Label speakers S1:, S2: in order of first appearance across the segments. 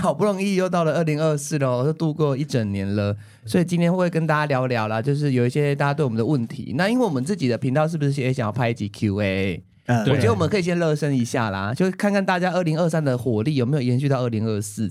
S1: 好不容易又到了二零二四了，又度过一整年了，所以今天会跟大家聊聊啦，就是有一些大家对我们的问题。那因为我们自己的频道是不是也想要拍一集 Q&A？
S2: 嗯
S1: 呃我
S3: 对
S1: 觉得我们可以先热身一下啦，就是看看大家二零二三的火力有没有延续到二零二四。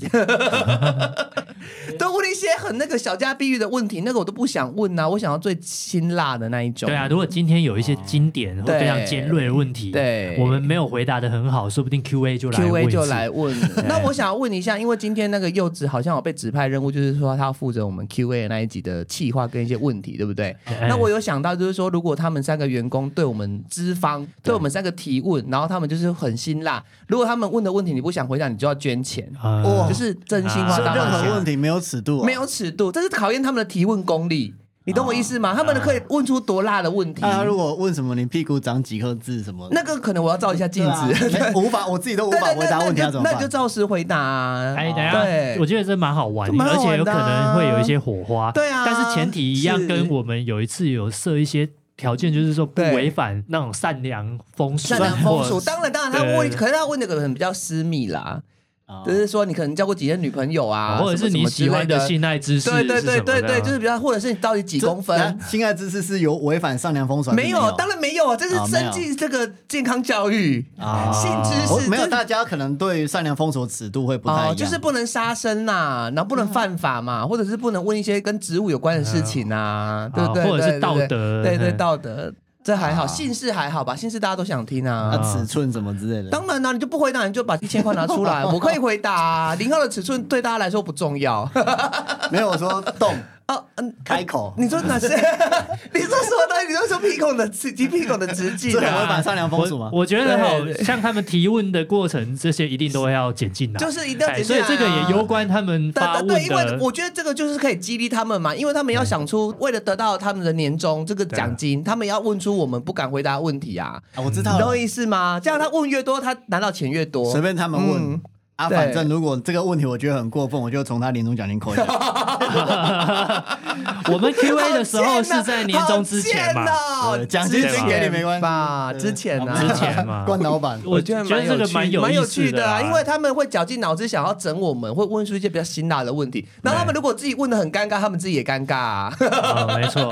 S1: 都问一些很那个小家碧玉的问题，那个我都不想问啊，我想要最辛辣的那一种。
S3: 对啊，如果今天有一些经典或
S1: 对
S3: 非常尖锐的问题，
S1: 哦对
S3: 我们没有回答的很好，说不定 Q&A 就来问
S1: Q&A
S3: 一次
S1: 就 来问了。那我想要问一下，因为今天那个柚子好像有被指派任务，就是说他要负责我们 Q&A 那一集的企划跟一些问题，对不对？
S3: 哎
S1: 那我有想到，就是说，如果他们三个员工对我们资方对我们三个提问，然后他们就是很辛辣，如果他们问的问题你不想回答，你就要捐钱，
S3: 啊
S2: 哦
S1: 就是真心话
S3: 啊
S2: 所以
S1: 大
S2: 任
S1: 冒
S2: 何
S1: 险，
S2: 问题啊没有尺度、哦
S1: 没有。尺度，这是考验他们的提问功力。你懂我意思吗？他们可以问出多辣的问题
S2: 那、，啊他如果问什么你屁股长几颗痣什么的，
S1: 那个可能我要照一下镜
S2: 对啊
S1: 子。
S2: 没无法，我自己都无法回答问题，要怎么
S1: 那
S2: 办？
S1: 你就照实回答、啊。
S3: 哎，等一
S1: 对
S3: 下，我觉得这蛮好玩
S1: 这
S3: 的，
S1: 蛮好玩
S3: 而
S1: 的啊
S3: 且有可能会有一些火花。
S1: 对啊
S3: 但是前提一样
S1: 是，
S3: 跟我们有一次有设一些条件，就是说不
S1: 对
S3: 违反那种善良风俗。
S1: 善良风俗，
S3: 或
S1: 当然当然，他
S3: 对
S1: 问，可是他问的可能比较私密啦，
S2: 哦
S1: 只是说你可能交过几任女朋友啊，
S3: 哦或者是
S1: 什么
S3: 你喜欢
S1: 什么之类
S3: 性爱姿势是什
S1: 的，对
S3: 么的啊，哦
S1: 对对对对，就是比较，或者是你到底几
S2: 这
S1: 公分
S2: 那？性爱知识是有违反善良风俗还是
S1: 没
S2: 没
S1: 有，当然没有，这是
S2: 哦没
S1: 增
S2: 有
S1: 进这个健康教育、
S2: 啊
S1: 性知
S2: 我
S1: 识，
S2: 没有，
S1: 这
S2: 大家可能对善良风俗尺度会不太一样，啊
S1: 哦，就是不能杀生呐，然后不能犯法嘛，
S3: 嗯
S1: 或者是不能问一些跟植物有关的事情啊，对不对？
S3: 哦或者
S1: 对对
S3: 是道
S1: 对
S3: 德
S1: 对对
S3: 嗯
S1: 道德，这还好，
S2: 啊
S1: 姓氏还好吧？姓氏大家都想听啊
S2: 啊尺寸什么之类的。
S1: 当然啦、你就不回答，你就把一千块拿出 来，我可以回答、啊。零号的尺寸对大家来说不重要。
S2: 没有我说动
S1: 哦，嗯，
S2: 开口，
S1: 你说哪些？ 你说什么东西？你说说屁孔的直，屁孔的直径
S2: 这很
S1: 啊？
S2: 违反善良风俗吗
S3: 我？我觉得
S1: 对
S3: 哈，像他们提问的过程，这些一定都要剪进来，
S1: 就是一定要
S3: 哎
S1: 剪进
S3: 所
S1: 来
S3: 以
S1: 啊
S3: 这个也攸关他们
S1: 对
S3: 发
S1: 对
S3: 问
S1: 对，因为
S3: 的。
S1: 我觉得这个就是可以激励他们嘛，因为他们要想出为了得到他们的年终这个奖金，他们要问出我们不敢回答的问题啊，
S2: 啊我知
S1: 你
S3: 哦
S2: 道
S1: 懂我
S2: 了，
S1: 意思吗？这样他问越多，他拿到钱越多。
S2: 随便他们
S1: 嗯
S2: 问啊，
S1: 对
S2: 反正如果这个问题我觉得很过分，我就从他年终奖金扣一下。
S3: 我们 Q&A 的时候是在年终之前嘛，
S1: 啊好贱哦
S2: 对奖金先给你没关系
S1: 吧？之前呢、啊？
S3: 之前嘛
S2: 关老板，
S3: 我觉得这个蛮
S1: 蛮有
S3: 意
S1: 趣
S3: 思
S1: 的啊，
S3: 啊，
S1: 因为他们会绞尽脑汁想要整我们，会问出一些比较辛辣的问题。然后他们如果自己问的很尴尬，他们自己也尴尬、啊。
S3: 啊、 没错，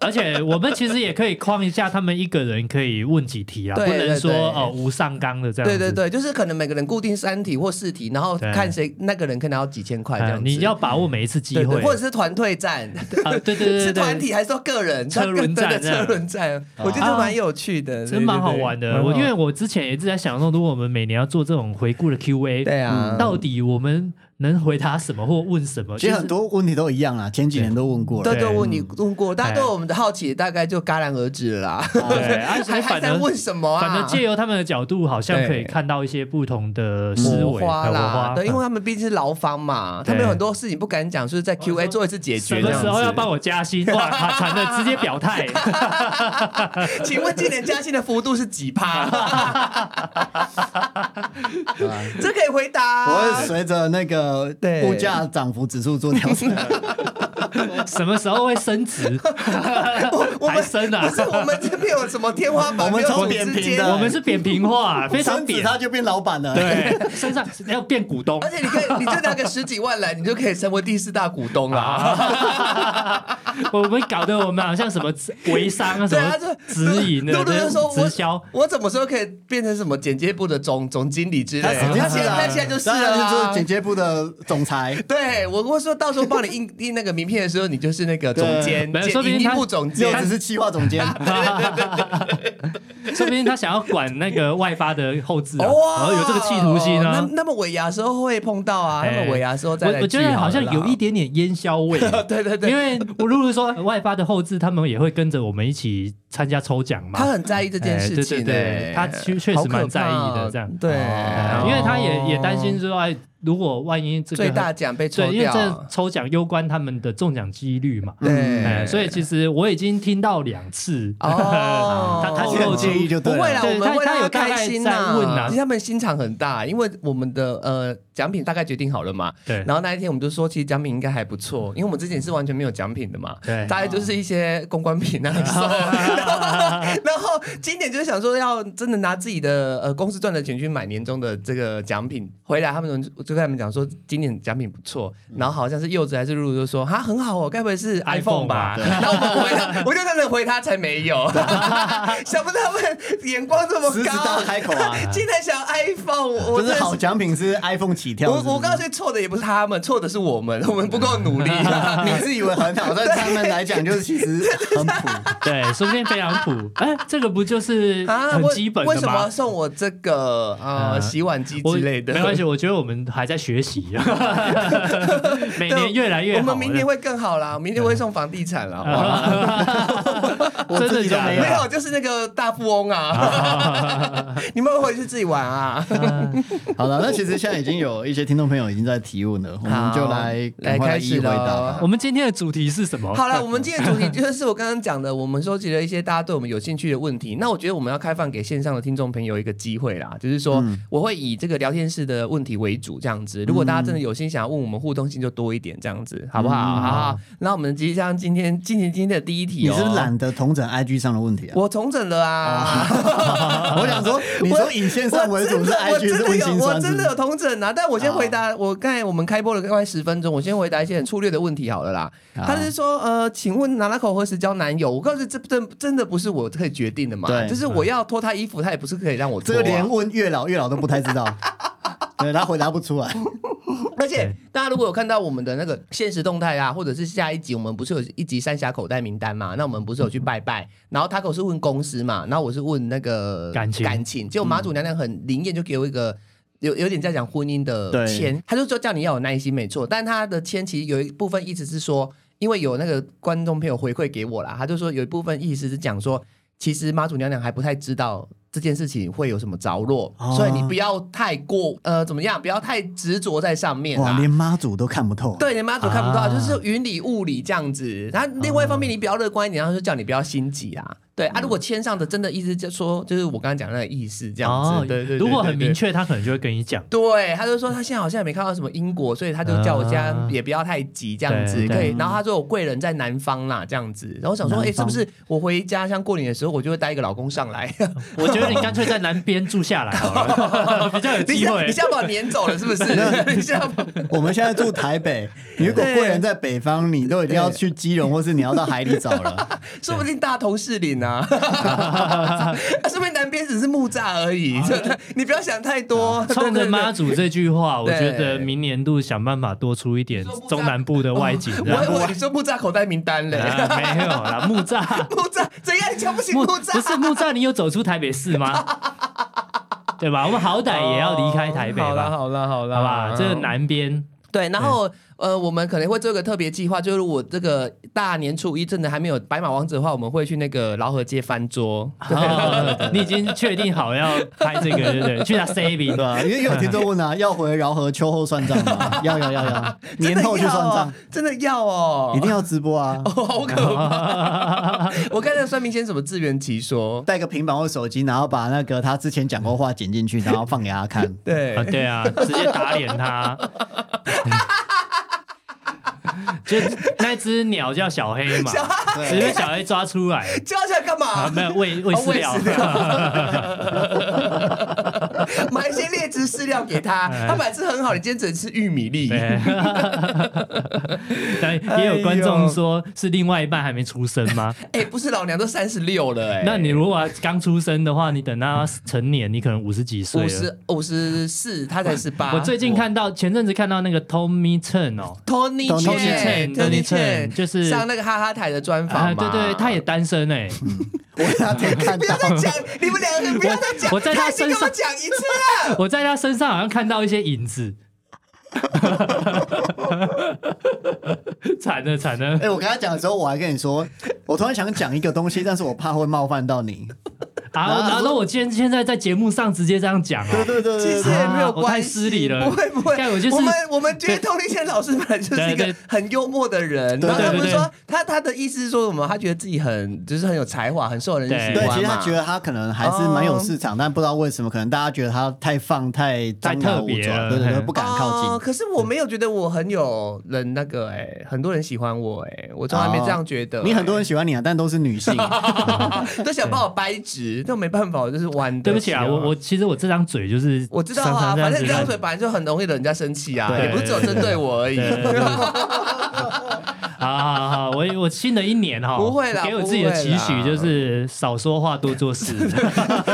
S3: 而且我们其实也可以框一下，他们一个人可以问几题啦，
S1: 对
S3: 不能说
S1: 对对
S3: 哦无上纲的这 样
S1: 对
S3: 子。
S1: 对对，就是可能每个人固定三题或四题，然后
S3: 对
S1: 看谁那个人可以拿到几千块这
S3: 哎
S1: 样子。
S3: 你要把握每一次机
S1: 对
S3: 会
S1: 对，或者是团队战，
S3: 啊，对对对对，
S1: 是团体还是说个人？
S3: 车轮战
S1: 对对对车
S3: 这样哦啊
S1: 轮战，我觉得这蛮有趣的，
S3: 真蛮好玩的。我因为我之前也一直在想说，如果我们每年要做这种回顾的 Q&A，
S1: 对啊，
S3: 到底我们能回答什么或问什么？
S2: 其实
S3: 就是
S2: 很多问题都一样啦，啊前几年都问过了。
S1: 对
S3: 对哎
S1: 对，问你问过，大家对我们的好奇大概就戛然而止了啦。
S3: 哦对，而且
S1: 还还
S3: 反
S1: 在
S3: 而
S1: 问什么啊？
S3: 反正借由他们的角度，好像可以
S1: 对
S3: 看到一些不同的思
S1: 抹
S3: 维，
S1: 花
S3: 哎火
S1: 啦，
S3: 花
S1: 对，因
S2: 嗯
S1: 为他们毕竟是劳方嘛，他们有很多事情不敢讲，就是在 Q&A 做一次解
S3: 什
S1: 决。
S3: 么
S1: 这
S3: 时候要
S1: 样
S3: 帮我加薪？哇，惨了，直接表 态。
S1: 子。请问今年加薪的幅度是几 趴？
S2: 对吧
S1: 这可以回答
S2: 我
S1: 啊。
S2: 会随着那个
S1: 对
S2: 物价涨幅指数做调整。
S3: 什么时候会升 值？
S1: 我
S3: 还
S1: 们
S3: 升啊
S1: 不！是我们这边有什么天花板，
S2: 我们超
S1: 没有
S2: 扁平的
S1: 组织间
S3: 我们是扁平化，非常
S2: 升职
S3: 扁。
S2: 他就变老板了。，
S3: 对，身上要变股东
S1: 而。且你可以，你就拿个十几万来，你就可以成为第四大股东啦。
S2: 啊
S3: 我们搞得我们好像什么微商啊，什
S1: 对啊，就
S3: 么直营的
S1: 露露就说
S3: 直
S1: 我
S3: 销。
S1: 我什么时候可以变成什么剪接部的总总经理之类
S2: 他
S1: 的？
S2: 已经
S1: 他
S2: 是
S1: 现
S2: 了，
S1: 他现在就是
S2: 他
S1: 了啊，
S2: 就是剪接部的总 裁。
S1: 对，我我说到时候帮你印印那个名片的时候，你就是那个总监，
S3: 对
S1: 监
S3: 说不定
S1: 营
S3: 他
S1: 业部总
S2: 只有
S1: 监
S2: 只。是企划总监，
S3: 说不定他想要管那个外发的后置啊，然
S1: 哇
S3: 后有这个企图心
S1: 那
S3: 啊。
S1: 那么尾牙的时候会碰到啊，那
S3: 哎
S1: 么尾牙的时候再来
S3: 我我觉
S1: 聚
S3: 得
S1: 了
S3: 好像
S1: 啦
S3: 有一，点点烟硝味，
S1: 对对对，
S3: 因为我如果说外发的后置，他们也会跟着我们一起参加抽奖嘛。
S1: 他很在意这件事情
S3: 哎对对
S1: 呢，
S3: 对他确确
S1: 好
S3: 实
S1: 可
S3: 蛮在意
S1: 怕
S3: 的
S1: 哦
S3: 这样
S1: 对
S3: 哎，因为他也也担心
S1: 哦
S3: 说，哎，如果万一这个
S1: 最大奖被抽
S3: 对，因为
S1: 掉
S3: 这，抽奖攸关他们的中奖几率嘛。
S1: 对
S3: 哎，所以其实我已经听到两次，
S1: 哦
S3: 他他
S2: 他很介意就
S1: 不
S2: 对了。
S1: 会啦，
S3: 对
S1: 我们
S3: 他
S1: 会
S3: 他
S1: 让
S3: 有大
S1: 开
S3: 概
S1: 心
S3: 在
S1: 呐
S3: 问。啊
S1: 其实他们心肠很大，因为我们的呃奖品大概决定好了嘛。
S3: 对
S1: 然后那一天我们就说，其实奖品应该还不错，因为我们之前是完全没有奖品的嘛，
S3: 对
S1: 大概就是一些公关 品啊。然后今年就是想说，要真的拿自己的呃公司赚的钱去买年终的这个奖品，回来他们就就跟他们讲说，今年奖品不错。然后好像是柚子还是露露就说，哈很好哦，该不会是 iPhone
S3: iPhone
S1: 吧
S3: 吧？
S1: 然后我们回他，我就在那回他才没 有，想不到他们眼光这么
S2: 狮子
S1: 高
S2: 大。开口啊！
S1: 竟然想 iPhone，我 我真
S2: 就
S1: 的
S2: 是
S1: 是
S2: 好奖品是 iPhone 起跳
S1: 我
S2: 是不是
S1: 我刚才错的也不是他们，错的是我们，我们不够努力、
S2: 你自以为很好，但他们来讲就是其实 很普。
S3: 对，说不定非常普。哎，这个不就是
S1: 啊！
S3: 很
S1: 为
S3: 基本
S1: 为
S3: 的
S1: 什么
S3: 吗？
S1: 送我这个呃
S3: 嗯
S1: 洗碗机
S3: 我
S1: 之类的？
S3: 没关系，我觉得我们还在 学习，每
S1: 对
S3: 年越来越
S1: 我
S3: 好。
S1: 们明年会更好啦，明年会送房地产啦。哇
S2: 我
S3: 真
S2: 自
S3: 的
S2: 己都
S3: 假
S2: 没
S3: 的？
S1: 没有，就是那个大富翁啊！你们回去自己玩啊！
S3: 嗯
S2: 好了，那其实现在已经有一些听众朋友已经在提问了，我们就来赶快
S1: 来开
S2: 一一
S1: 始
S2: 回答
S1: 喽。
S3: 我们今天的主题是什么？
S1: 好了，我们今天的主题就是我刚刚讲的，我们收集了一些大家对我们有兴趣的问题。那我觉得我们要开放给线上的听众朋友一个机会啦，就是说
S2: 嗯
S1: 我会以这个聊天室的问题为主，这样子。如果大家真的有心想要问我们，互动性就多一点，这样
S2: 嗯
S1: 子好不好？好好，那我们即将今天进行今天的第一题
S2: 你
S1: 哦。
S2: 是不是懒得哦同整 IG 上的问题啊？
S1: 我重整了啊。
S2: 我想说，你说以线上为主是
S1: 我
S2: IG
S1: 真
S2: 是
S1: 的
S2: 温
S1: 有，
S2: 馨
S1: 我
S2: 酸，
S1: 真
S2: 是不
S1: 的
S2: 是
S1: 有同整啊！但我先
S2: 哦
S1: 回答，我刚才我们开播了快十分钟，我先回答一些很粗略的问题好了啦。
S2: 好
S1: 他是说，呃，请问娜拉口何时交男友？我告诉你，这真真的不是我可以决定的嘛。
S2: 对嗯
S1: 就是我要脱他衣服，他也不是可以让我
S2: 这
S1: 脱、
S2: 个
S1: 啊
S2: 连。问月老月老都不太知 道，对他回答不出来。
S1: 而且
S3: 对
S1: 大家如果有看到我们的那个现实动态啊，或者是下一集，我们不是有一集三峡口袋名单嘛？那我们不是有去拜拜？然后他口是问公司嘛，然后我是问那个
S3: 感情
S1: 感情，结果马祖娘娘很灵验，就给我一个。有有点在讲婚姻的
S2: 对
S1: 签，他就说叫你要有耐心，没错。但他的签其实有一部分意思是说，因为有那个观众朋友回馈给我啦，他就说有一部分意思是讲说，其实妈祖娘娘还不太知道这件事情会有什么着落，
S2: 哦
S1: 所以你不要太过呃怎么样，不要太执着在上面
S2: 哇，
S1: 啦。
S2: 连妈祖都看不透。，
S1: 对，连妈祖看不到，
S3: 啊
S1: 就是云里雾里这样子。然后另外一方面，你比较乐观一点，然后就叫你不要心急啊。对
S3: 嗯
S1: 啊，如果签上的真的意思就说，就是我刚刚讲的那个意思这样子。
S3: 哦，
S1: 对对对
S3: 如果
S1: 对
S3: 很
S1: 对
S3: 明确，他可能就会跟你讲。
S1: 对，他就说他现在好像也没看到什么因果，所以他就叫我家
S3: 啊
S1: 也不要太急这样子，
S3: 对对
S1: 可以。然后他说我贵人在南方啦，这样子。然后我想说，
S2: 南
S1: 哎，是不
S2: 方
S1: 是我回家乡过年的时候，我就会带一个老公上来？
S3: 我觉得你干脆在南边住下来好 了，比较有
S1: 你
S3: 机
S1: 现
S3: 会
S1: 在你。现在把我撵走了是 不是？你现在把
S2: 我们现在住台北，你如果贵人在北方，你都已经要去基隆，或是你要到海里找 了。
S1: 说不定大同是岭啊， 说不定南边只是木栅而已。真的你不要想太多。对
S3: 啊冲着妈？祖这句话，我
S1: 对
S3: 觉得明年度想办法多出一点
S1: 说不
S3: 中南部的外景。
S1: 对
S3: 这
S1: 对对 哦我
S3: 样
S1: 还以为你说木栅口袋名单嘞，
S3: 啊没有啦，木栅，
S1: 木栅怎样？你瞧不起木
S3: 木
S1: 栅
S3: 不？是木栅，你有走出台北 市吗？对吧？我们好歹也要离开台北
S1: 哦好啦
S3: 吧，
S1: 好啦好啦，嗯
S3: 好吧？这个南边
S1: 对，然后呃，我们可能会做一个特别计划，就是我这个大年初一真的还没有白马王子的话，我们会去那个劳河街翻 桌。
S3: 哦， 你已经确定好要拍这个，对不对？去他 saving，
S2: 对吧？因为有听众问啊，要回饶河秋后算账吗？ 要要要要，年后去算账，
S1: 真的要哦，
S2: 一定要直播 啊！
S1: 哦，好可怕！我刚才算命先什么自圆其
S3: 啊
S1: 说，
S2: 带个平板或手机，然后把那个他之前讲过话剪进去，然后放给他 看。
S1: 对
S3: 啊，，对 啊，直接打脸他。 就那只鸟叫小黑嘛，直接小黑抓出 来
S1: 叫起来干
S3: 啊，
S1: 嘛？
S3: 没有喂喂
S1: 哦
S3: 饲料
S1: 喂，饲 买一些劣质饲料给他，他本来是很好，你今天只能吃玉米粒。
S3: 哎对， 但也有观众说是另外一半还没出生 吗？
S1: 哎，不是老娘都三十六了哎，
S3: 那你如果刚出生的话，你等他成年，你可能五十啊几岁
S1: 五
S3: 了。
S1: 十五十四，他才十八。
S3: 我最近看到前阵子看到那个 Tommy Chen 哦，
S1: Tony
S2: Tony
S3: Chen，
S1: Tony
S3: Tony
S1: Chen
S3: Chen，就是
S1: 上那个哈哈台的专
S3: 啊，
S1: 访嘛，
S3: 对对，他也单身哎、
S2: 我那天看
S1: 不要
S2: 到，
S1: 再讲，你们两个不要再讲，
S3: 我我在他
S1: 已经
S3: 身
S1: 跟
S3: 上
S1: 我讲一次了，
S3: 我在他身上好像看到一些影子。 惨了惨了
S2: 哎、，我跟他讲的时候，我还跟你说，我突然想讲一个东西，但是我怕会冒犯到你。
S3: 啊，然后我现现在在节目上直接这样讲
S2: 对
S3: 啊，
S2: 对对
S1: 其
S2: 对
S1: 实
S2: 对，
S1: 也没有
S3: 啊 我
S1: 关
S3: 太
S1: 系，
S3: 失礼了
S1: 不会不会，
S3: 但我就是
S1: 我们我们觉得通立宪老师本来就是一
S3: 对
S1: 个
S3: 对
S1: 很幽默的人，
S2: 对
S1: 然后他
S3: 对对
S1: 不是
S3: 对
S1: 说他他的意思是说什么？他觉得自己很就是很有才华，很受人喜
S3: 对
S2: 对，
S1: 欢
S2: 其实他
S1: 嘛
S2: 觉。得他可能还是蛮有市场，但不知道为什么，可能大家觉得他太放太张牙舞
S3: 太特别
S2: 爪，
S3: 了
S2: 对对对，
S3: 嗯
S2: 不敢
S1: 哦
S2: 靠近。
S1: 可是我没有觉得我很有人那个哎、很多人喜欢我哎、我从来没这样觉得、
S2: 你很多人喜欢你啊，但都是女性。
S1: 人都想把我掰直，但没办法，我就是弯的。
S3: 对不起啊，我我其实我这张嘴就是
S1: 我知道
S3: 常
S1: 啊，
S3: 常这样
S1: 反
S3: 子
S1: 正你这张
S3: 让
S1: 嘴本来就很容易惹人家生气啊，
S3: 对
S1: 也不是只有针 对我而已。
S3: 对对对好好好，我我新的一年哈，
S1: 不会啦
S3: 给我自己的期
S1: 不会
S3: 许
S1: 啦
S3: 就是少说话，多 做事。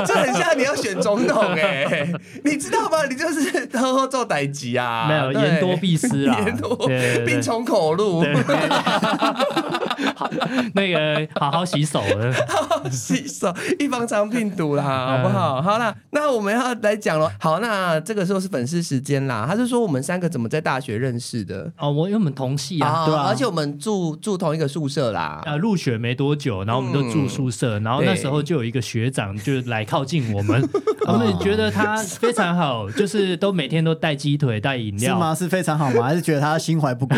S1: 这很像你要选总统哎、你知道吗？你就是偷偷做歹籍啊，
S3: 没有
S1: 对
S3: 言多必失啦，
S1: 言多
S3: 对对对
S1: 病从口入，
S3: 对，好， 那个好好洗手。
S1: 洗手预防肠病毒啦，好不好？好啦，那我们要来讲了。好，那这个时候是粉丝时间啦。他是说我们三个怎么在大学认识的
S3: 哦，我因为我们同系啊，对啊，
S1: 而且我们住住同一个宿舍啦。
S3: 呃，入学没多久，然后我们就住宿舍，
S1: 嗯
S3: 然后那时候就有一个学长就来靠近 我们，我们觉得他非常好，就是都每天都带鸡腿、带饮
S2: 是
S3: 料，
S2: 吗？是非常好吗？还是觉得他心怀不轨？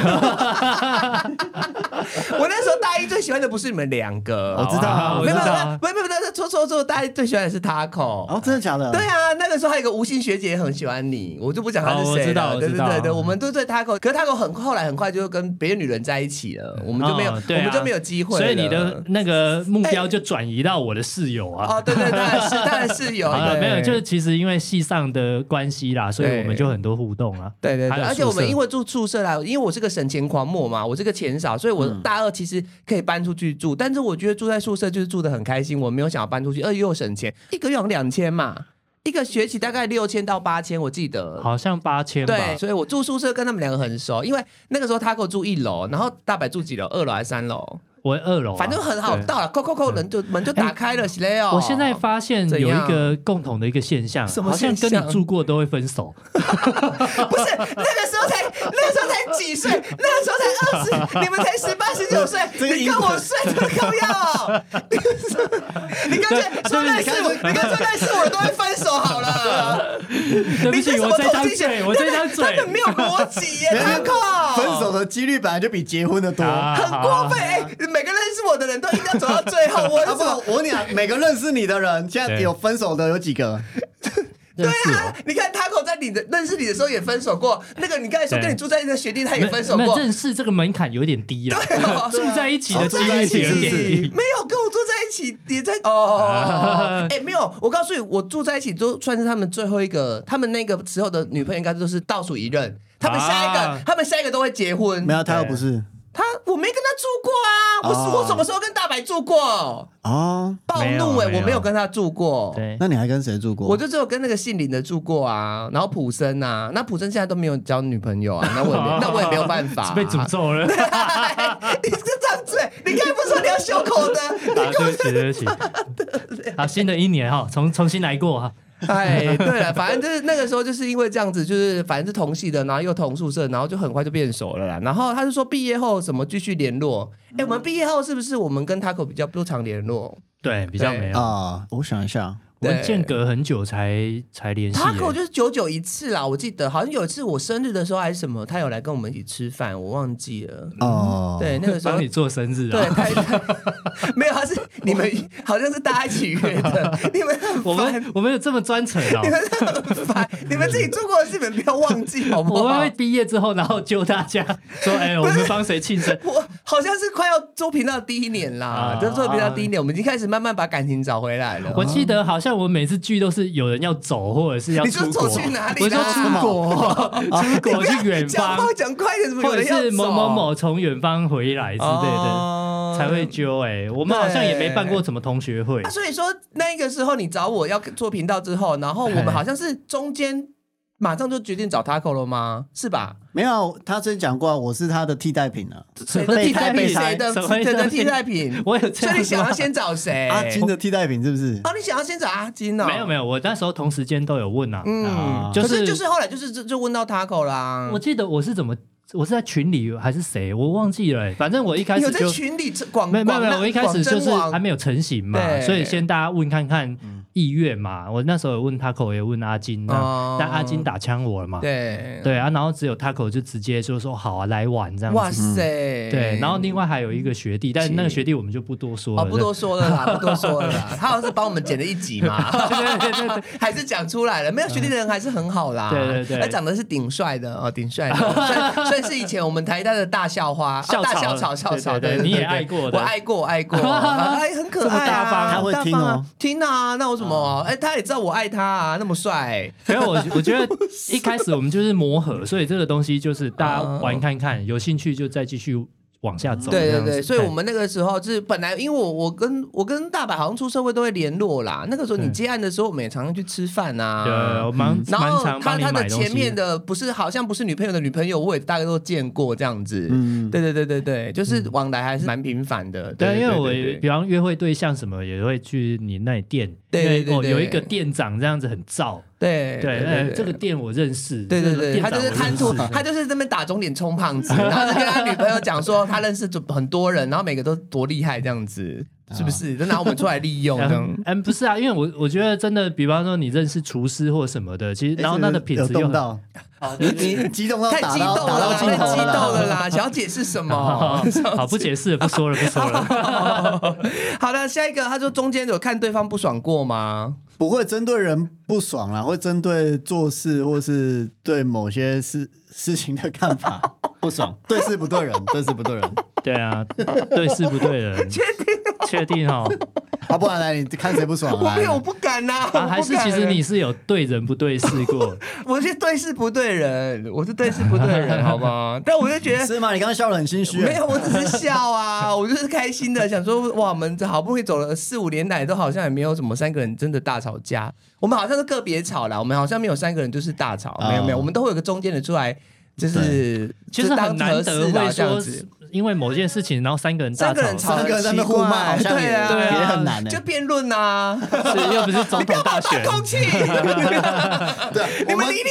S1: 我那时候大一最喜欢的不是你们两个，
S2: 我知道啊
S3: 好我
S1: 没
S3: 知
S1: 有，没
S3: 道
S1: 有
S3: 啊，
S1: 没有，没有，那是错错错，大家最喜欢的是 Taco。
S2: 哦，真的假的？
S3: 嗯
S1: 对啊，那个时候还有一个吴姓学姐也很喜欢你，我就不讲她是
S3: 哦我
S1: 谁了。
S3: 知道
S1: 对
S3: 我
S1: 对
S3: 知道
S1: 对对，我们都对 Taco，可是 Taco 很后来很快就跟别的女人在一起了，我们就没有，
S3: 哦对
S1: 我
S3: 啊
S1: 们就没有机会了。哎
S3: 所以你的那个目标就转移到我的室友啊。
S1: 哦，对对，当然是当然是有
S3: 好了，
S1: 哦对
S3: 啊没有，就是其实因为系上的关系啦，所以我们就很多互动啊。
S1: 对对
S3: 还
S1: 对，
S3: 有
S1: 而且我们
S3: 宿舍
S1: 因为住宿舍啦，因为我是个省钱狂魔嘛，我是个钱少，所以我
S3: 嗯
S1: 大二其实可以搬出去住，但是我觉得住在宿舍就是住的很开心，我没有想要搬出去，而且又省钱，一个月两千嘛，一个学期大概六千到八千，我记得。
S3: 好像八千吧，
S1: 对，所以我住宿舍跟他们两个很熟，因为那个时候他跟我住一楼，然后大白住几楼？二楼还是三楼？
S3: 我二楼啊、
S1: 反正很好
S3: 对。
S1: 到了，扣扣扣，人就门就打开了，是嘞哦。
S3: 我现在发现有一个共同的一个现象，
S1: 怎样
S3: 好
S1: 什
S3: 像
S1: 么现
S3: 跟
S1: 象
S3: 你住过都会分手。
S1: 不是那个时候才，那个时候才几岁，那个时候才二十，你们才十八十九岁，
S2: 这个
S1: 你
S2: 英
S1: 跟
S2: 文
S1: 我睡这个狗样 哦！你干脆
S3: 啊对
S1: 说
S3: 对
S1: 认识我，你干脆认识我都会分手好了。
S3: 对不
S1: 你
S3: 起，
S1: 什
S3: 我
S1: 么
S3: 这张
S1: 同性
S3: 嘴，
S1: 恋？
S3: 我这张
S1: 根
S3: 嘴
S1: 本没有逻辑耶，他靠！
S2: 分手的几率本来就比结婚的多。
S3: 啊
S1: 很过分哎！每个认识我的人都一定要走到最后，我
S2: 啊不，
S1: 走。
S2: 我跟你讲，每个认识你的人，现在
S3: 对
S2: 有分手的有几个？
S3: 认识
S1: 对
S3: 我
S1: 啊，你看 Taco 在你的认识你的时候也分手过，那个你刚才说
S3: 对
S1: 跟你住在一起的学弟他也
S3: 没
S1: 分手
S3: 没有
S1: 过，
S3: 认识这个门槛有点低了， 住在一起的几
S2: 哦住在
S3: 率
S2: 一起
S3: 有点
S2: 是
S3: 低。
S1: 没有跟我住在一起，也在哦，哎、没有，我告诉你，我住在一起都算是他们最后一个，他们那个时候的女朋友应该都是倒数一任，他们下一个，
S3: 啊
S1: 他们下一个都会结婚。
S2: 没有，他又不是
S1: 他我没跟他住过啊，我、
S2: 哦
S1: 我什么时候跟大白住过？
S2: 哦。
S1: 暴
S3: 没有
S1: 怒哎、
S3: 没有
S1: 我没有跟他住过。
S3: 对，
S2: 那你还跟谁住过？
S1: 我就只有跟那个姓林的住过啊，然后普生啊，那普生现在都没有交女朋友啊，那我也没那我也没有办法、啊
S3: 被诅咒 了。 啊
S1: 你这张嘴，你刚才不是说你要修口的？
S3: 啊，对不起，对不起。好，新的一年哈，重重新来过哈。
S1: 哎，对了，反正就是那个时候就是因为这样子，就是反正是同系的，然后又同宿舍，然后就很快就变熟了啦。然后他就说毕业后怎么继续联络？哎，我们毕业后是不是我们跟 Taco 比较不常联络
S3: 对，比较没有，
S1: 哦
S2: 啊，我想一下，
S3: 我们
S1: 对
S3: 间隔很久才才联系耶。
S1: ？Taco 就是久久一次啦，我记得好像有一次我生日的时候还是什么，他有来跟我们一起吃饭，我忘记了。嗯
S2: 哦，
S1: 对，那个时候
S3: 帮你做生日
S1: 对
S3: 啊。
S1: 开开 没有，他是你们好像是大家一起约 的，你们很
S3: 我
S1: 烦
S3: 们我们有这么专程哦
S1: 你。们真的很烦，你们自己住过的事，你们不要忘记好不
S3: 我们
S1: 好
S3: 会？毕业之后，然后揪大家 说：“哎、我们帮谁庆生
S1: 我好像是快要做频道第一年啦，
S3: 啊
S1: 就做频道第一年，我们已经开始慢慢把感情找回来？”了
S3: 我。记得好像我每次剧都是有人要走，或者是要
S1: 你说
S3: 出
S1: 走
S3: 国。
S1: 去哪里啊
S3: 我
S1: 啦？
S3: 说出国，出
S1: 你
S3: 国
S1: 不要
S3: 去远
S1: 讲
S3: 方，啊
S1: 话讲快点，怎么有
S3: 或者
S1: 人要
S3: 是某某
S1: 走
S3: 某从远方回来之类的，
S1: 哦
S3: 才会揪。哎，我们好像也没办过什么同学会
S1: 啊，，所以说那个时候你找我要做频道之后，然后我们
S3: 嘿
S1: 好像是中间马上就决定找 Taco 了吗？是吧？
S2: 没有，他之前讲过，我是他的替代品啊，
S1: 谁
S2: 备
S1: 的替
S2: 胎
S1: 代品？
S2: 备胎
S1: 谁的
S3: 什么意思
S1: 谁的替代品？
S3: 我有
S1: 所
S3: 这
S1: 以
S3: 样啊
S1: 你想
S3: 吗
S1: 要？先找谁？
S2: 阿金啊的替代品是不是？
S1: 哦，你想要先找阿金哦？
S3: 没有没有，我那时候同时间都有问啊，
S1: 嗯
S2: 啊，
S3: 就
S1: 可
S3: 是
S1: 是就是后来就是就就问到 Taco 啦
S3: 我。记得我是怎么，我是在群里还是谁，我忘记 了，哎反正我一开
S1: 你
S3: 始
S1: 有在
S3: 就
S1: 群里这广
S3: 没有没有没
S1: 广
S3: 有，
S1: 纳
S3: 我一开始就
S1: 广
S3: 是
S1: 征网
S3: 还没有成型嘛
S1: 对，嗯
S3: 所以先大家问看看意愿嘛。我那时候也问 Taco，也问阿金那、
S1: 哦
S3: 但阿金打枪我了嘛。
S1: 对
S3: 对啊，然后只有 Taco 就直接就说好啊，来玩这样
S1: 哇
S3: 子。嗯
S1: 塞，
S3: 对，然后另外还有一个学弟，但是那个学弟我们就不多说了。
S1: 哎哦，不多说了啦，不多说了 啦。他好像是帮我们剪了一集嘛，对对对对，还是讲出来了。没有学弟的人还是很好啦，
S3: 对对对
S1: 他长得是顶帅的哦，顶 帅的，算算是以前我们台大的大校花，啊
S3: 校
S1: 大
S3: 草
S1: 校草校草，
S3: 对对对
S1: 对，
S3: 你也爱过的
S1: 我爱过，我 爱过，哎，很可爱
S3: 这么大
S1: 啊，
S3: 方哦
S2: 他会
S1: 很
S2: 听
S1: 大方啊
S2: 哦，
S1: 听啊，那有什么？哎，他也知道我爱他啊，那么帅，
S3: 所以我 我觉得一开始我们就是磨合，所以这个东西就是大家玩看看，有兴趣就再继续往下走。
S1: 嗯对
S3: 这
S1: 对
S3: 样子哎
S1: 对，所以我们那个时候就是本来，因为我我跟我跟大白好像出社会都会联络啦。那个时候你
S3: 对
S1: 接案的时候，我们也常常去吃饭啊。
S3: 对我蛮
S1: 然
S3: 蛮
S1: 后
S3: 常
S1: 他
S3: 帮你
S1: 他的
S3: 买东西
S1: 前面的不是好像不是女朋友的女朋友，我也大概都见过这样子。
S2: 嗯
S1: 对对对对对，就是往来还是蛮频繁的。
S3: 嗯对，因为我
S1: 对对
S3: 比方约会对象什么也会去你那里店，
S1: 对对对
S3: 因为哦
S1: 对
S3: 有一个店长这样子很燥，
S1: 对
S3: 对，哎这个。店我认识，
S1: 对对
S3: 这个
S1: 对，
S3: 店
S1: 他
S3: 长
S1: 就是
S3: 我
S1: 贪图
S3: 认，识
S1: 他就是这边打肿脸充胖 子，然后就跟他女朋友讲说他认识很多人，然后每个都多厉害这样子，是不
S3: 啊
S1: 是？就拿我们出来利用这样
S3: 嗯。嗯，不是啊，因为我我觉得真的，比方说你认识厨师或什么的，其
S1: 哎
S3: 实然后他的品
S2: 有
S3: 质又
S2: 动
S3: 很
S2: 到，你你激动到
S1: 太
S2: 打
S1: 激
S2: 到
S1: 动
S2: 打
S1: 了
S2: 到
S1: 啦，
S2: 镜
S1: 太
S2: 头
S1: 激
S2: 啦
S1: 动了啦！小姐是什么
S3: 好？好，不解释了，不说了，不说了。
S1: 好的，下一个，他说中间有看对方不爽过吗？
S2: 不会针对人不爽啦，会针对做事或是对某些事事情的看 法不爽，对事不对人，对事不对人。
S3: 对啊，对事不对人，确
S1: 哦
S3: 定确定哦哈。
S2: 啊，不然来你看谁不爽 啊
S1: 我
S2: 来
S1: 没有，我不敢呐、我不
S3: 哎啊，
S1: 敢
S3: 还是其实你是有对人不对事 过，
S1: 我是对事不对人，我是对事不对 人，好吗？但我就觉
S3: 啊
S1: 得。
S2: 是吗？你刚刚笑得很心虚。啊
S1: 没有，我只是笑啊， 我就是开心的，想说哇，我们这好不容易走了四五年来，都好像也没有什么三个人真的大吵架，我们好像是个别吵啦，我们好像没有三个人就是大吵，没有没有，我们都会有个中间的出来，就是
S3: 哦其
S1: 就
S3: 实很
S1: 当
S3: 难
S1: 和
S3: 得
S1: 事
S3: 会
S1: 啦这样
S3: 说
S1: 子，
S3: 因为某件事情，然后三个人大
S1: 三个人
S3: 吵，
S1: 吵
S2: 三个人在那边互骂好
S1: 很奇
S2: 像
S1: 怪
S2: 也
S1: 对啊
S2: 也很难呢。
S1: 就辩论啊，
S3: 是又不是总统大选
S1: 大， 空 气，
S2: 对啊，
S1: 你
S2: 我
S1: 们
S2: 们
S1: 理理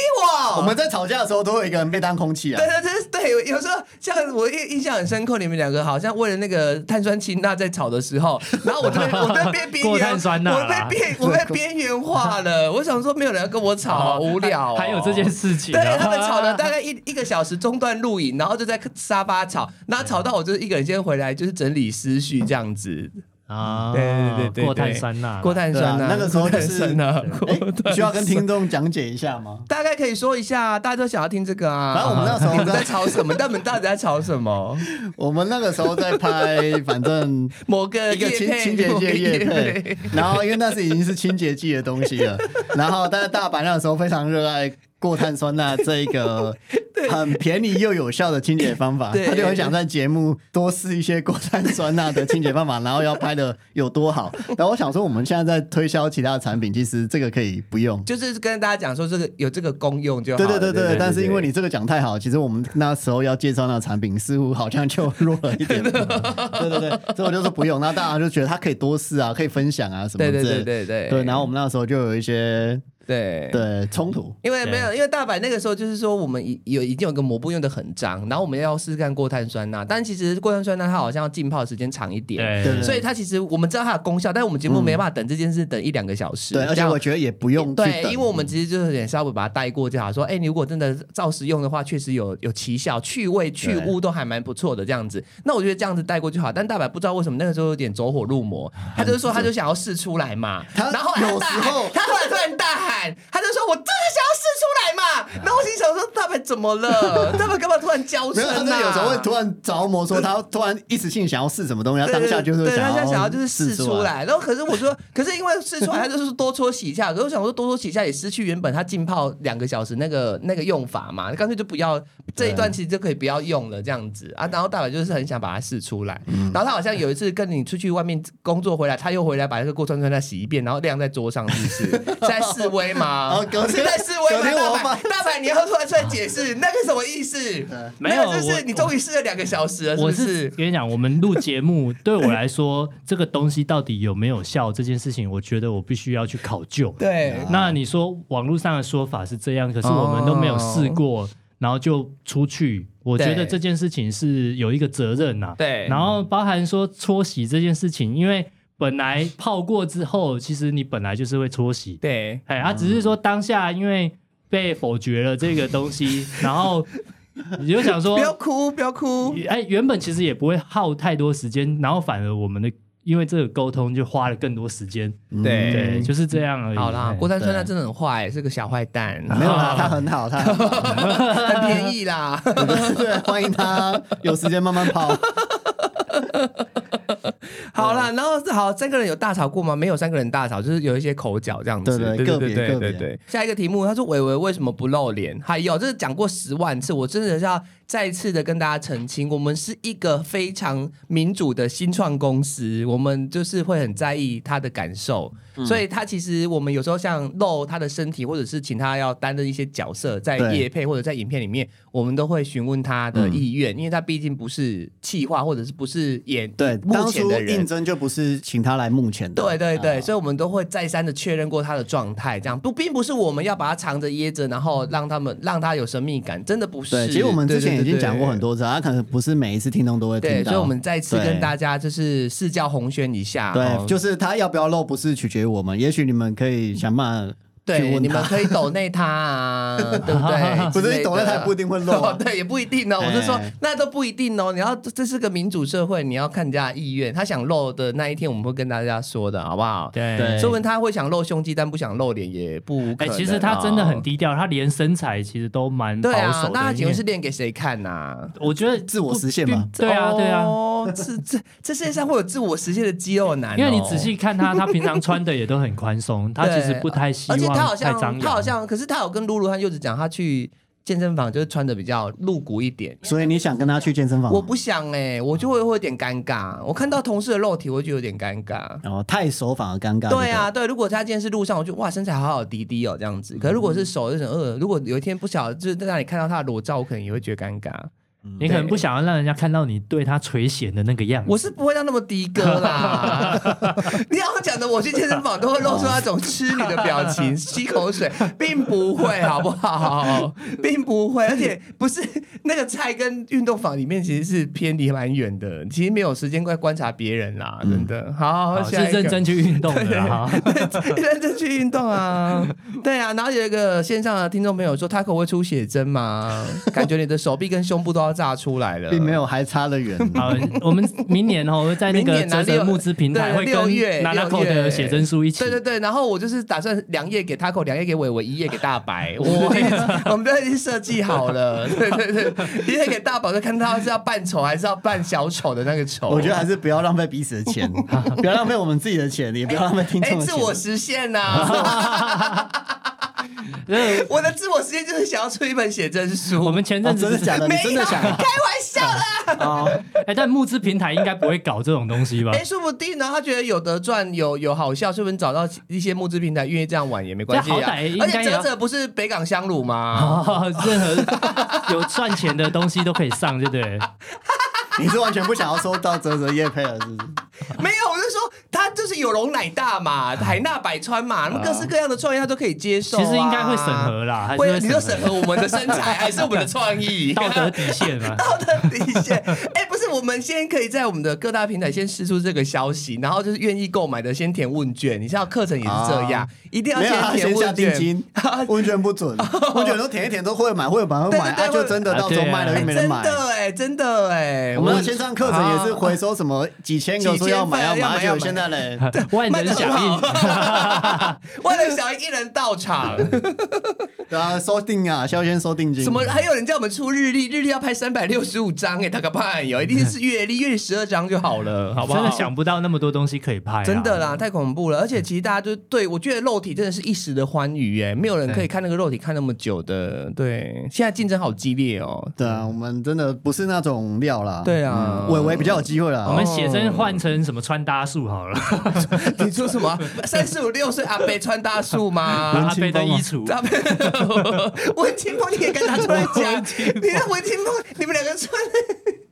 S1: 我，
S2: 我们在吵架的时候都会有一个人被当空气啊
S1: 对。对对对，有有时候像我印印象很深刻，你们两个好像为了那个碳酸氢钠在吵的时 候，然后我就被我被边边
S3: 过
S1: 缘，
S3: 碳酸钠
S1: 我
S3: 啦
S1: 被边我被边缘化了。我想说没有人要跟我
S2: 哦
S1: 吵，好无聊、
S3: 还有这件。事情
S1: 哦对
S3: 啊，
S1: 他们吵了大概一一个小时，中断录影，然后就在沙发吵，然后吵到我就是一个人先回来，就是整理思绪这样子。
S3: 啊，
S1: 对对对对对
S3: 过碳酸钠，
S1: 过碳酸钠、
S2: 对啊那个时候就是
S1: 过碳酸钠
S2: 哎
S1: 过碳
S2: 需要跟
S1: 酸
S2: 听众讲解一下吗？
S1: 大概可以说一下，大家都想要听这个啊。
S2: 反正我们那时候
S1: 你们
S2: 在
S1: 在吵什么？但我们到底在吵什么？
S2: 我们那个时候在拍，反正
S1: 某个
S2: 一个
S1: 业
S2: 清
S1: 配
S2: 清洁
S1: 某
S2: 剂
S1: 个
S2: 液
S1: 业
S2: 配，然后因为那是已经是清洁剂的东西 了，然后但是大阪那时候非常热爱过碳酸钠这一 个很便宜又有效的清洁方法，
S1: 对
S2: 他就很想在节目多试一些过碳酸钠的清洁方法，然后要拍的有多好。然后我想说，我们现在在推销其他的产品，其实这个可以不用。
S1: 就是跟大家讲说这个有这个功用就好
S2: 对
S1: 了。
S2: 对对
S1: 对
S2: 对，但是因为
S1: 你
S2: 你这个讲太好，其实我们那时候要介绍那个产品，似乎好像就弱了一 点。对对对，所以我就说不用，那大家就觉得他可以多试啊，可以分享啊什么
S1: 对
S2: 之类
S1: 对
S2: 的。
S1: 对对对
S2: 对，然后我们那时候就有一些
S1: 对。
S2: 对冲突，
S1: 因为没有，因为大阪那个时候就是说，我们已有已经有个抹布用的很脏，然后我们要试试看过碳酸钠，但其实过碳酸钠它好像要浸泡时间长一点，
S3: 对
S2: 对
S1: 所以它其实我们知道它的功效，但是我们节目没办法等这件事等一两个小时，
S2: 对，而
S1: 这
S2: 且
S1: 样
S2: 我觉得也不用去
S1: 对，
S2: 等
S1: 因为我们其实就是有点稍微把它带过就好，说，哎、你如果真的照实用的话，确实有有奇效，去味去污都还蛮不错的这样子。那我觉得这样子带过就好，但大白不知道为什么那个时候有点走火入魔，他就是说他就想要试出来嘛，
S2: 啊他
S1: 然后后来
S2: 有
S1: 大
S2: 时
S1: 喊
S2: 候
S1: 他后来突然大喊，他就说我真的想要试出来嘛，然后我心想说大白怎么 了？大白干嘛突然娇啊
S2: 没
S1: 嗔
S2: 有，他
S1: 呢、
S2: 是有时候会突然着魔，说他突然一时性想要试什么东西，他
S1: 对
S2: 当下就是
S1: 对，
S2: 想
S1: 当
S2: 要哦
S1: 下想要就是试出
S2: 来。
S1: 来，然后可是我 说，可是因为试出来，他就是多搓洗一下，可是我想说多搓洗一下也失去原本它浸泡两个小时那个那个用法嘛，干脆就不要这一段其实就可以不要用了这样子啊。然后大白就是很想把它试出来，
S2: 嗯
S1: 然后他好像有一次跟你出去外面工作回来，他又回来把那个过川川再洗一遍，然后晾在桌上，是不 是是在示威吗
S2: 哦？隔天
S1: 是在示威
S2: 隔天我
S1: 吗？大
S2: 发
S1: 白大白，你要突然出来解释那个什么 意思？
S3: 没
S1: 那
S3: 有
S1: 个就是
S3: 我
S1: 你终于试了两个小时了，是
S3: 我
S1: 不
S3: 是
S1: 是？
S3: 跟你讲，我们录节目对我来说，这个东西到底有没有效这件事情，我觉得我必须要去考究。
S1: 对。
S3: 那你说网络上的说法是这样，可是我们都没有试过，然后就出去，我觉得
S1: 哦对
S3: 这件事情是有一个责任呐、啊
S1: 对
S3: 然后包含说搓洗这件事情，因为。本来泡过之后，其实你本来就是会搓洗，
S1: 对，
S3: 哎，他、只是说当下因为被否决了这个 东西，然后你就想说
S1: 不，要哭，不要哭，
S3: 哎，原本其实也不会耗太多时间，然后反而我们的因为这个沟通就花了更多时间，
S2: 嗯
S1: 对
S3: 对，就是这样而已。
S1: 好啦
S3: 哎，
S1: 郭三啊川他真的很坏，是个小坏蛋，
S2: 没有啊啦，他很好，他很好
S1: 很便宜啦。
S2: 对，欢迎他有时间慢慢泡。
S1: 好
S2: 嗯
S1: 啦，然后是好三个人有大吵过吗？没有三个人大吵，就是有一些口角这样子。
S2: 对对
S1: 对
S2: 个
S1: 对
S2: 别
S1: 对
S2: 个别
S1: 对对。下一个题目，他说伟伟为什么不露脸？还有，这是讲过十万次，我真的是要再次的跟大家澄清，我们是一个非常民主的新创公司，我们就是会很在意他的感受，
S2: 嗯
S1: 所以他其实我们有时候像露他的身体，或者是请他要担任一些角色，在
S2: 对嗯
S1: 业配或者在影片里面，我们都会询问他的意愿，因为他毕竟不是企划或者是不是演
S2: 对，
S1: 目
S2: 当
S1: 前
S2: 初
S1: 的人
S2: 应。嗯征就不是请他来目前的，
S1: 对对对，所以我们都会再三的确认过他的状态，这样不并不是我们要把他藏着掖着，然后让他们让他有神秘感，真的不是。
S2: 对，其实我们之前已经讲过很
S1: 多。
S2: 多次，他可能不是每一次听众都会
S1: 对，
S2: 听
S1: 所以
S2: 到
S1: 我。们再次
S2: 对
S1: 跟大家就是四教红宣一下，哦
S2: 对，就是他要不要露，不是取决于我们，也许你们可以想办法去
S1: 对，
S2: 问
S1: 你们
S2: 他。
S1: 可以抖内他 啊，对不对？
S2: 不是你抖内他
S1: 他
S2: 也不一定会漏 啊
S1: 对，也不一定哦。我是说
S2: 哎，
S1: 那都不一定哦。你要这是个民主社会，你要看人家的意愿，他想露的那一天，我们会跟大家说的，好不好？
S3: 对
S2: 对
S1: 说不定他会想露胸肌，但不想露脸，也不无可
S3: 哎、
S1: 能哦。
S3: 其实他真的很低调，他连身材其实都蛮保
S1: 对
S3: 守的。
S1: 啊，那他请
S3: 因为
S1: 问是练给谁看呐、
S3: 我觉得不
S2: 自我实现嘛
S3: 并对啊，对啊，
S1: 哦，这这这世界上会有自我实现的肌肉男哦、
S3: 因为你仔细看他，他平常穿的也都很宽松，他
S1: 对
S3: 其实不太希
S1: 而且他好
S3: 望太
S1: 像
S3: 张扬。
S1: 他好像，可是他有跟露露和柚子讲，他去健身房就是穿的比较露骨一点。
S2: 所以你想跟他去健身房吗？
S1: 我不想哎、我就会会有点尴尬。我看到同事的肉体，我就有点尴尬。
S2: 哦，太熟反而尴尬。
S1: 对啊，对，如果他今天是路上，我就哇身材好好滴滴哦这样子。可是如果是手，就是呃，如果有一天不小，就是在那里看到他的裸照，我可能也会觉得尴尬。
S3: 你可能不想要让人家看到你对他垂涎的那个样子。
S1: 我是不会到那么的哥 啦。你要讲的，我去健身房都会露出那种吃你的表情、吸口 水，并不会，好不好？并不会，而且不是那个菜跟运动房里面其实是偏离蛮远的，其实没有时间来观察别人啦，真的。好，
S3: 嗯好是
S1: 下一个
S3: 认真去 运动的啦哈。
S1: 认真去运动啊，对啊。然后有一个线上的听众朋友说，他可会出血针吗？感觉你的手臂跟胸部都要炸出来了，
S2: 并没有，还差得 远。
S3: 好，我们明年哦会在那
S1: 明
S3: 个
S1: 年啊
S3: 泽泽
S1: 六
S3: 募资平台
S1: 对
S3: 会
S1: 六
S3: 跟
S1: 月
S3: n a n
S1: 六
S3: a 的
S1: 月
S3: 写真书一起
S1: 对。对对，然后我就是打算两页给 Taco，两页给伟伟，一页给大 白。我们都已经我们都已经设计好 了，对对对，一页给大宝，就看他是要扮丑还是要扮小丑的那个丑。
S2: 我觉得还是不要浪费彼此的 钱，不要浪费我们自己的钱，也不要浪费听
S1: 哎，
S2: 众的
S1: 自
S2: 钱。哦
S1: 我实现呐、啊！
S3: 对，
S1: 我的自我实现就是想要出一本写真书。
S3: 我们前
S2: 哦
S3: 阵
S2: 真
S3: 子
S2: 的假的？你
S1: 没有
S2: 真的想啊
S1: 开玩笑啦，
S2: 哦？
S3: 哎，但募资平台应该不会搞这种东西吧
S1: 哎、？说不定呢，他觉得有得赚，有有好笑，说不定找到一些募资平台愿意这样玩也没关系
S3: 这
S1: 啊
S3: 好歹应。该
S1: 而且
S3: 也要
S1: 哲哲不是北港香炉吗？
S3: 哦，任何 有赚钱的东西都可以上，对不对？
S1: 啊
S2: 你是完全不想要收到泽泽叶配了，是不是？
S1: 没有，我就说他就是有容乃大嘛，海纳百川嘛，那么各式各样的创意他都可以接受啊、
S3: 其实应该会审核啦，还是
S1: 会，
S3: 会
S1: 你说审
S3: 审核
S1: 核我们的身材还是我们的创 意？
S3: 道德底线嘛。
S1: 道德底线，哎、不是，我们先可以在我们的各大平台先试出这个消息，然后就是愿意购买的先填问卷。你知道课程也是这样，
S2: 啊
S1: 一定要
S2: 没有，他
S1: 填
S2: 先下
S1: 问
S2: 定
S1: 卷。 哦
S2: 金，问卷不准，问卷都填一填都会买，会买会买，
S1: 对对对
S2: 啊就真的
S3: 会
S2: 到时候
S3: 啊对啊
S2: 卖了
S1: 哎
S2: 又没
S1: 真
S2: 人买。
S1: 的哎、真的哎、
S2: 我们的线上课程也是回收什么几千个说要买
S1: 啊
S2: 要买，
S1: 要买
S2: 而且
S1: 要
S2: 有
S1: 买
S2: 现在嘞，
S3: 万人响应，
S1: 为了小一人到场，
S2: 对啊，收定啊，需要先收
S3: 嗯
S2: 定金。
S1: 什么？还有人叫我们出日历，日历要拍三百六十五张哎，大个半有，一定是月历，月历十二张就好 了，好不好？
S3: 真的想不到那么多东西可以拍、啊，
S1: 真的啦，太恐怖了！而且其实大家就对我觉得肉体真的是一时的欢愉哎，没有人可以看那个肉体看那么久的。对，现在竞争好激烈哦。
S2: 对啊，我们真的不是那种料啦。
S1: 对啊
S2: 嗯伟伟比较有机会
S3: 我
S2: 啦。
S3: 们写真换成什么穿搭术好了，
S1: 你说什么？三十五六岁阿伯穿大树 吗？
S3: 搭配的衣橱，
S1: 阿伯，文青风你也敢拿出来讲？你的文青风，你们两个穿的。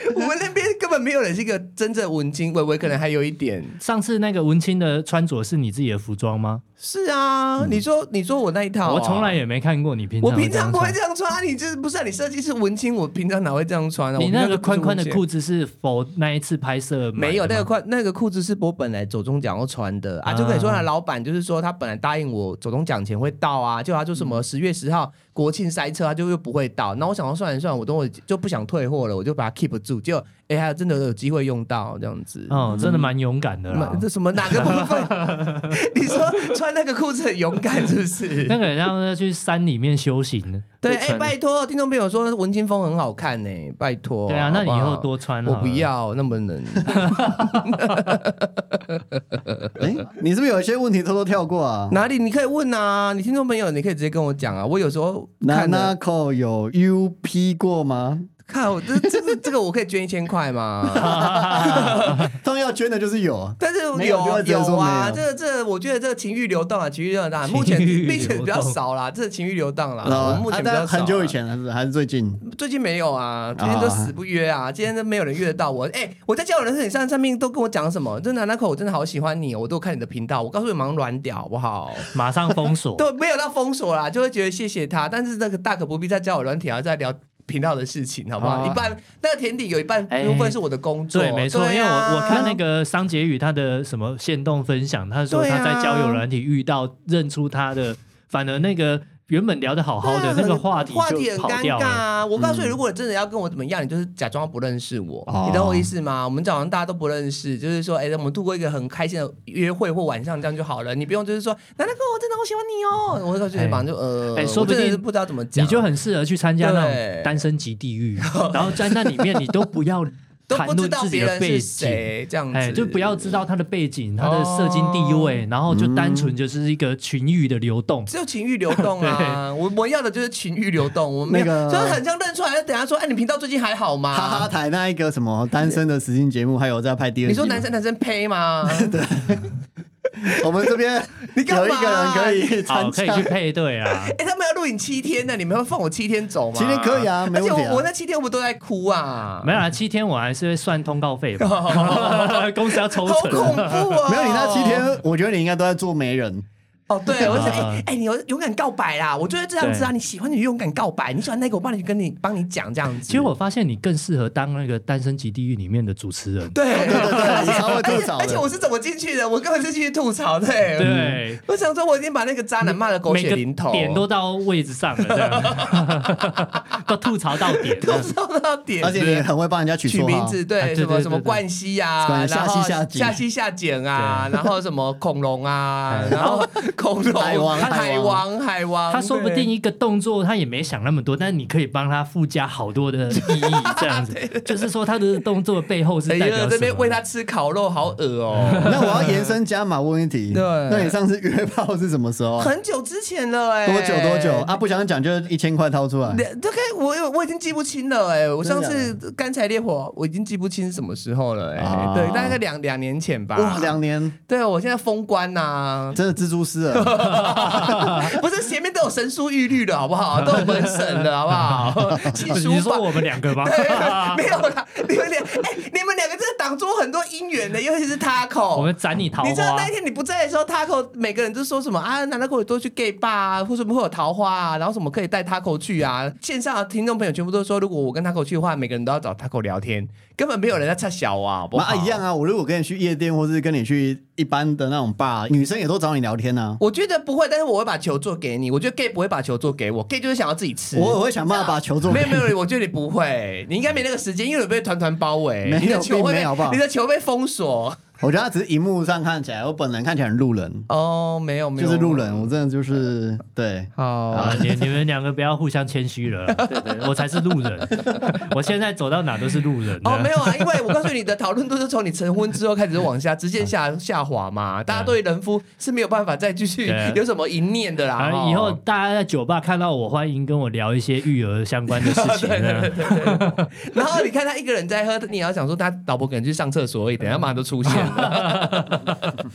S1: 我们那边根本没有人是一个真正文青，微微可能还有一点。
S3: 上次那个文青的穿着是你自己的服装吗？
S1: 是啊，你说你说我那一套啊、
S3: 嗯我从来也没看过你平常
S1: 我平常不
S3: 这样
S1: 会
S3: 穿
S1: 这样穿啊，你这不是、啊、你设计是文青，我平常哪会这样穿啊？
S3: 你
S1: 我平常
S3: 那个
S1: 就不是
S3: 宽宽的
S1: 文青
S3: 裤子是否那一次拍摄买的吗
S1: 没有那个宽那个裤子是我本来走中奖要穿的啊，就可以说
S3: 啊
S1: 他老板就是说他本来答应我走中奖前会到啊，就他就什
S3: 嗯
S1: 么十月十号国庆塞车，他就又不会到。那我想要算一算，我等我就不想退货了，我就把它 keep 住，结果哎，还有真的有机会用到这样子。嗯
S3: 哦，真的蛮勇敢的啦
S1: 那。这什么哪个部分？ 你说穿那个裤子很勇敢是不是？
S3: 那个人让他去山里面修行。
S1: 对，
S3: 就
S1: 哎、
S3: 穿
S1: 拜托，听众朋友说文青风很好看呢、拜托。
S3: 对啊，那你以
S1: 好
S3: 后
S1: 好
S3: 多穿好
S1: 我
S3: 了
S1: 不。要，那么 冷。
S2: 哎，你是不是有一些问题偷偷跳过啊？
S1: 哪里你可以问啊？你听众朋友，你可以直接跟我讲啊。我有时候
S2: 那
S1: 看
S2: 那
S1: 了，
S2: 口有 UP 过吗？
S1: 看我这这个这个我可以捐一千块吗？
S2: 当然要捐的就是有啊。
S1: 但是
S2: 没有不要直接
S1: 有
S2: 说
S1: 啊，
S2: 没有
S1: 这这我觉得这个情欲流动啊，情欲流动啊，
S3: 情欲
S1: 目前
S3: 流动
S1: 目前比较少啦，这情欲流荡啦，我
S2: 啊
S1: 们目前比较少
S2: 但
S1: 啦。
S2: 很久以前还是还是最近，
S1: 最近没有啊，最近都死不约啊，今天都没有人约得到我。哎、我在交友人生上上面都跟我讲什么？真的，那口我真的好喜欢你，我都有看你的频道，我告诉你，忙软屌好不好？
S3: 马上封锁。
S1: 对，啊没有到封锁啦，就会觉得谢谢他，但是那个大可不必再交友软体，还要再聊频道的事情，好不好？
S3: 哦
S1: 一半那个甜点有一半
S3: 哎
S1: 部分是我的工作，
S3: 对，没错，
S1: 啊
S3: 因为我我看那个桑杰宇他的什么限动分享，他说
S1: 对啊
S3: 他在交友软体遇到认出他的，反而那个原本聊的好好的
S1: 对啊
S3: 那个话题
S1: 话题
S3: 就
S1: 很
S3: 跑
S1: 尴
S3: 掉
S1: 尬
S3: 了。嗯
S1: 啊！我告诉你，如果真的要跟我怎么样，你就是假装不认识我，
S2: 哦
S1: 你懂我意思吗？我们早上大家都不认识，就是说，哎，我们度过一个很开心的约会或晚上，这样就好了。你不用就是说，奶奶哥，我真的好喜欢你哦！我告诉你，
S3: 哎
S1: 马上就呃，
S3: 哎说不定
S1: 我真的是不知道怎么讲，
S3: 你就很适合去参加那
S1: 对
S3: 种单身级 地狱，然后在那里面你都不要
S1: 都
S3: 谈
S1: 不知
S3: 论
S1: 道
S3: 自己
S1: 别
S3: 的
S1: 人
S3: 背
S1: 是
S3: 景，
S1: 谁，这样
S3: 哎，
S1: 子
S3: 就不要知道他的背景、他的社经地位
S1: 哦，嗯
S3: 然后就单纯就是一个群域的流动。
S1: 只有情欲流动 啊！我我要的就是情欲流动，我没有，
S2: 那个
S1: 就是很像认出来，等下说，哎，你频道最近还好吗？
S2: 哈哈台那一个什么单身的实境节目，还有在拍第二季。
S1: 你说男生男生呸吗？
S2: 我们这边
S1: 你干嘛
S2: 有一个人可以
S3: 好，
S2: 参
S3: 可
S2: 加
S3: 以，去配对啊。
S1: 哎、他们要录影七天呢，你们会放我七天走吗？
S2: 今天可以啊，没
S1: 而且
S2: 问题
S1: 我我
S2: 啊。
S1: 那七天我们都在哭啊，
S3: 没有啦，七天我还是会算通告费 吧， 公司要抽
S1: 好
S3: 成。
S1: 恐怖哦！
S2: 没有你那七天，我觉得你应该都在做媒人。
S1: 哦，对，我就说，哎、
S3: 啊
S1: 哎、你有勇敢告白啦！我就是这样子啊，你喜欢你就勇敢告白，你喜欢那个我帮你跟你帮你讲这样子。
S3: 其实我发现你更适合当那个《单身级地狱》里面的主持人。
S1: 对对
S2: 对对你超会吐
S1: 而且
S2: 槽的
S1: 而且我是怎么进去的？我根本是进去吐槽的、欸。，
S3: 对，
S1: 我想说我已经把那个渣男骂的狗
S3: 每
S1: 血
S3: 个
S1: 淋头，
S3: 点都到位置上了，这样 都吐槽到点了。
S1: 受到点，
S2: 而且你很会帮人家取
S1: 取
S2: 绰
S1: 名
S2: 号，
S1: 字，
S3: 啊
S1: 对，
S3: 对
S1: 什么
S3: 对
S1: 什么
S3: 对对
S1: 冠希啊，
S2: 冠希
S1: 然后
S2: 夏希夏景
S1: 夏希夏景啊，然后什么恐龙啊，
S3: 对
S1: 然后恐龙
S2: 哎海王
S1: 海
S2: 海
S1: 王
S2: 王
S1: 海王，
S3: 他说不定一个动作他也没想那么多，但你可以帮他附加好多的意义，这 样子，就是说他的动作背后是
S1: 对。哎
S3: 代
S1: 呀
S3: 表，
S1: 这
S3: 什
S1: 边
S3: 么
S1: 喂他吃烤肉，好恶哦！
S2: 那我要延伸加码问一 题。
S1: 对
S2: 那你上次约炮是什么时候啊？
S1: 很久之前了，哎，
S2: 多久多久？啊？不想讲就一千块掏出来。
S1: 两？大概我有我已经记不清了，哎，我上
S2: 真的
S1: 次干柴烈火，我已经记不清是什么时候了，哎
S2: 啊，
S1: 对，大概两两年前吧。
S2: 哇，两年
S1: 对，我现在封关 呐，
S2: 真的蜘蛛丝 了。
S1: 不是前面都有神书玉律的好不好？都有门神的好不 好？七书
S3: 你
S1: 法
S3: 说我们两 个吧，
S1: 没有啦，你们俩，哎、你们两个真的挡住我很多姻缘的，尤其是 Taco。
S3: 我们斩你桃
S1: 你知道
S3: 花啊
S1: 那一。天你不在的时候，Taco 每个人都说什么啊？难道跟我多去 gay bar 啊，或什么会有桃花啊？然后什么可以带 Taco 去啊？线上的听众朋友全部都说，如果我跟 Taco 去的话，每个人都要找 Taco 聊天，根本没有人在插小啊，好不好
S2: 啊，一样。啊！我如果跟你去夜店，或是跟你去一般的那种 bar，女生也都找你聊天啊。
S1: 我觉得不会，但是我会把球做给你。我觉得 gay 不会把球做给我，gay 就是想要自己吃。
S2: 我我会想办法把球做
S1: 没有没有，我觉得你不会，你应该没那个时间，因为你被团团包围，
S2: 没有
S1: 你的球
S2: 并
S1: 会
S2: 没
S1: 被
S2: 有好不好
S1: 你的球被封锁。
S2: 我觉得他只是荧幕上看起来，我本人看起来很路人，
S1: 哦，没有没有，
S2: 就是路人，我真的就是对。
S1: 好，
S3: 啊，你你们两个不要互相谦虚了，对对，我才是路人，我现在走到哪都是路人。
S1: 哦，没有啊，因为我告诉你的讨论度是从你成婚之后开始就往下，直线下下滑嘛，大家对人夫是没有办法再继续
S3: 对
S1: 有什么淫念的啦。
S3: 啊，
S1: 哦
S3: 以后大家在酒吧看到我，欢迎跟我聊一些育儿相关的事 情。啊
S1: 然后你看他一个人在喝，你也要想说他老婆可能去上厕所而已，等一下马上都出现了。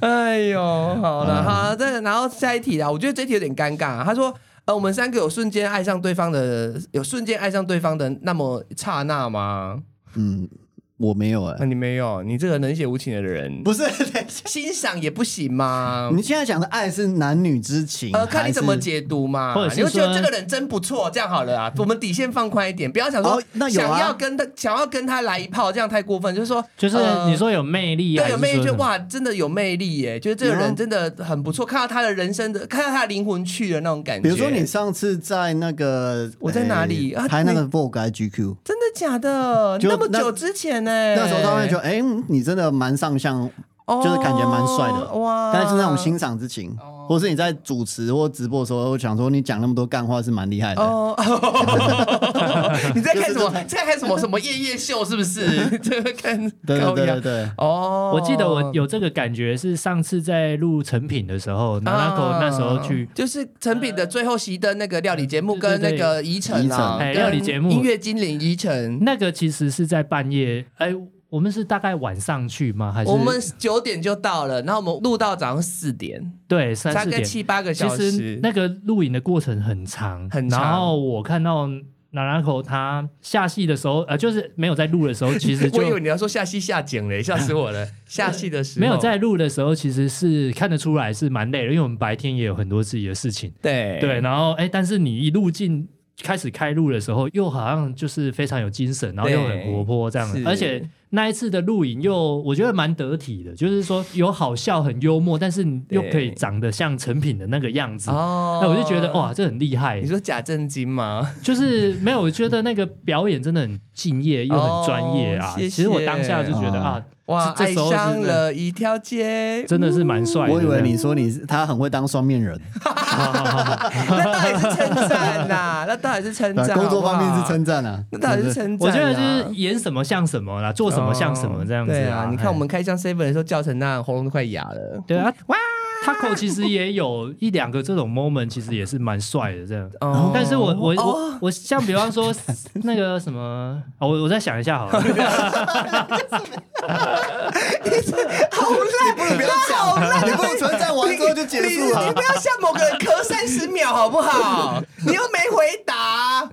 S1: 哎呦，好了，好，这个然后下一题啦，我觉得这题有点尴尬、啊。他说，呃，我们三个有瞬间爱上对方的，有瞬间爱上对方的那么刹那吗？
S2: 嗯，我没有哎、
S1: 那、你没有，你这个冷血无情的人，
S2: 不是，等一下
S1: 欣赏也不行吗？
S2: 你现在讲的爱是男女之情，
S1: 呃，看
S2: 还
S1: 你
S2: 是
S1: 怎么解读嘛
S3: 或者，是
S1: 你会觉得
S3: 说
S1: 这个人真不错，这样好了啊，我们底线放宽一点，不要想说、
S2: 哦那有啊
S1: 想要跟他想要跟他来一炮，这样太过分，就是说，
S3: 就是
S1: 呃
S3: 你说有魅力，啊
S1: 对，
S3: 还是
S1: 有魅力
S3: 说
S1: 就
S3: 什么，
S1: 哇，真的有魅力耶！觉得这个
S2: 啊
S1: 人真的很不错，看到他的人生的，看到他的灵魂去了那种感觉。
S2: 比如说你上次在那个
S1: 我在哪里
S2: 呃
S1: 啊
S2: 拍那个 Vogue 还是 GQ，
S1: 真的假的？
S2: 就
S1: 那么
S2: 那
S1: 久之前呢？
S2: 那时候他会觉得，哎，嗯你真的蛮上相，
S1: 哦
S2: 就是感觉蛮帅的
S1: 哇！
S2: 但是那种欣赏之情，
S1: 哦
S2: 或是你在主持或直播的时候，我想说你讲那么多干话是蛮厉害的。
S1: 哦，你在看什么？在看什么？什么夜夜秀是不 是？这个看
S2: 对对
S1: 高
S2: 对对
S1: 压
S2: 对，
S1: 哦，
S3: 我记得我有这个感觉是上次在录成品的时候，娜娜口那时候去
S1: 啊就是成品的最后熄灯那个料理节目
S3: 对
S1: 跟
S3: 对
S1: 那
S3: 对
S1: 个宜城啊，
S3: 哎
S1: 跟
S3: 料理节目
S1: 音乐精灵宜城。
S3: 那个其实是在半夜，哎，我们是大概晚上去吗？还是
S1: 我们九点就到了，然后我们录到早上四点，
S3: 对三
S1: 大
S3: 四
S1: 概
S3: 点？
S1: 七八个
S3: 其
S1: 小
S3: 实
S1: 时。
S3: 那个录影的过程很长，
S1: 很长
S3: 然后我看到娜娜口她下戏的时候，呃，就是没有在录的时候，其实
S1: 我以
S3: 就
S1: 为你要说下戏下井嘞，吓死我 了！下戏的时候
S3: 没有在录的时候，其实是看得出来是蛮累的，因为我们白天也有很多自己的事情。
S1: 对
S3: 对，然后哎，但是你一路进开始开录的时候，又好像就是非常有精神，然后又很
S1: 对
S3: 活泼这样
S1: 是，
S3: 而且那一次的录影又我觉得蛮得体的，就是说有好笑很幽默，但是你又可以
S1: 对
S3: 长得像成品的那个样子。
S1: 哦，
S3: 那我就觉得哇，，这很厉害
S1: 你，说假正经吗？
S3: 就是没有，我觉得那个表演真的很敬业又很专业啊。
S1: 哦谢谢
S3: 其实我当下就觉得啊，
S1: 哇，
S3: 这
S1: 爱
S3: 这时候是
S1: 上了一条街，
S3: 真的是蛮帅的。
S2: 我以为你说你是他很会当双面人，
S3: 好好好好
S1: 那到底是称赞呐？那到底是称
S2: 对
S1: 赞，
S2: 工作方面是
S1: 好不好，
S2: 称赞啊。
S1: 那到底是称赞啊。
S3: 我觉得就是演什么像什么啦，做什么像什么这样子
S1: 哦对啊，你看我
S3: 们。
S1: 们开箱 seven 的时候叫成那样，喉咙都快哑了。
S3: 对啊，哇，Taco 其实也有一两个这种 moment，其实也是蛮帅的这样。
S1: 哦
S3: 但是我我
S1: 哦
S3: 我我像比方说 那个什么，哦我我再想一下好 了，
S1: 好烂，
S2: 不能不要
S1: 好烂
S2: 讲， 你不能存在完之后就结
S1: 你
S2: 束
S1: 你
S2: 啊
S1: 不。要向某个人咳三十秒好不好？你又没回答。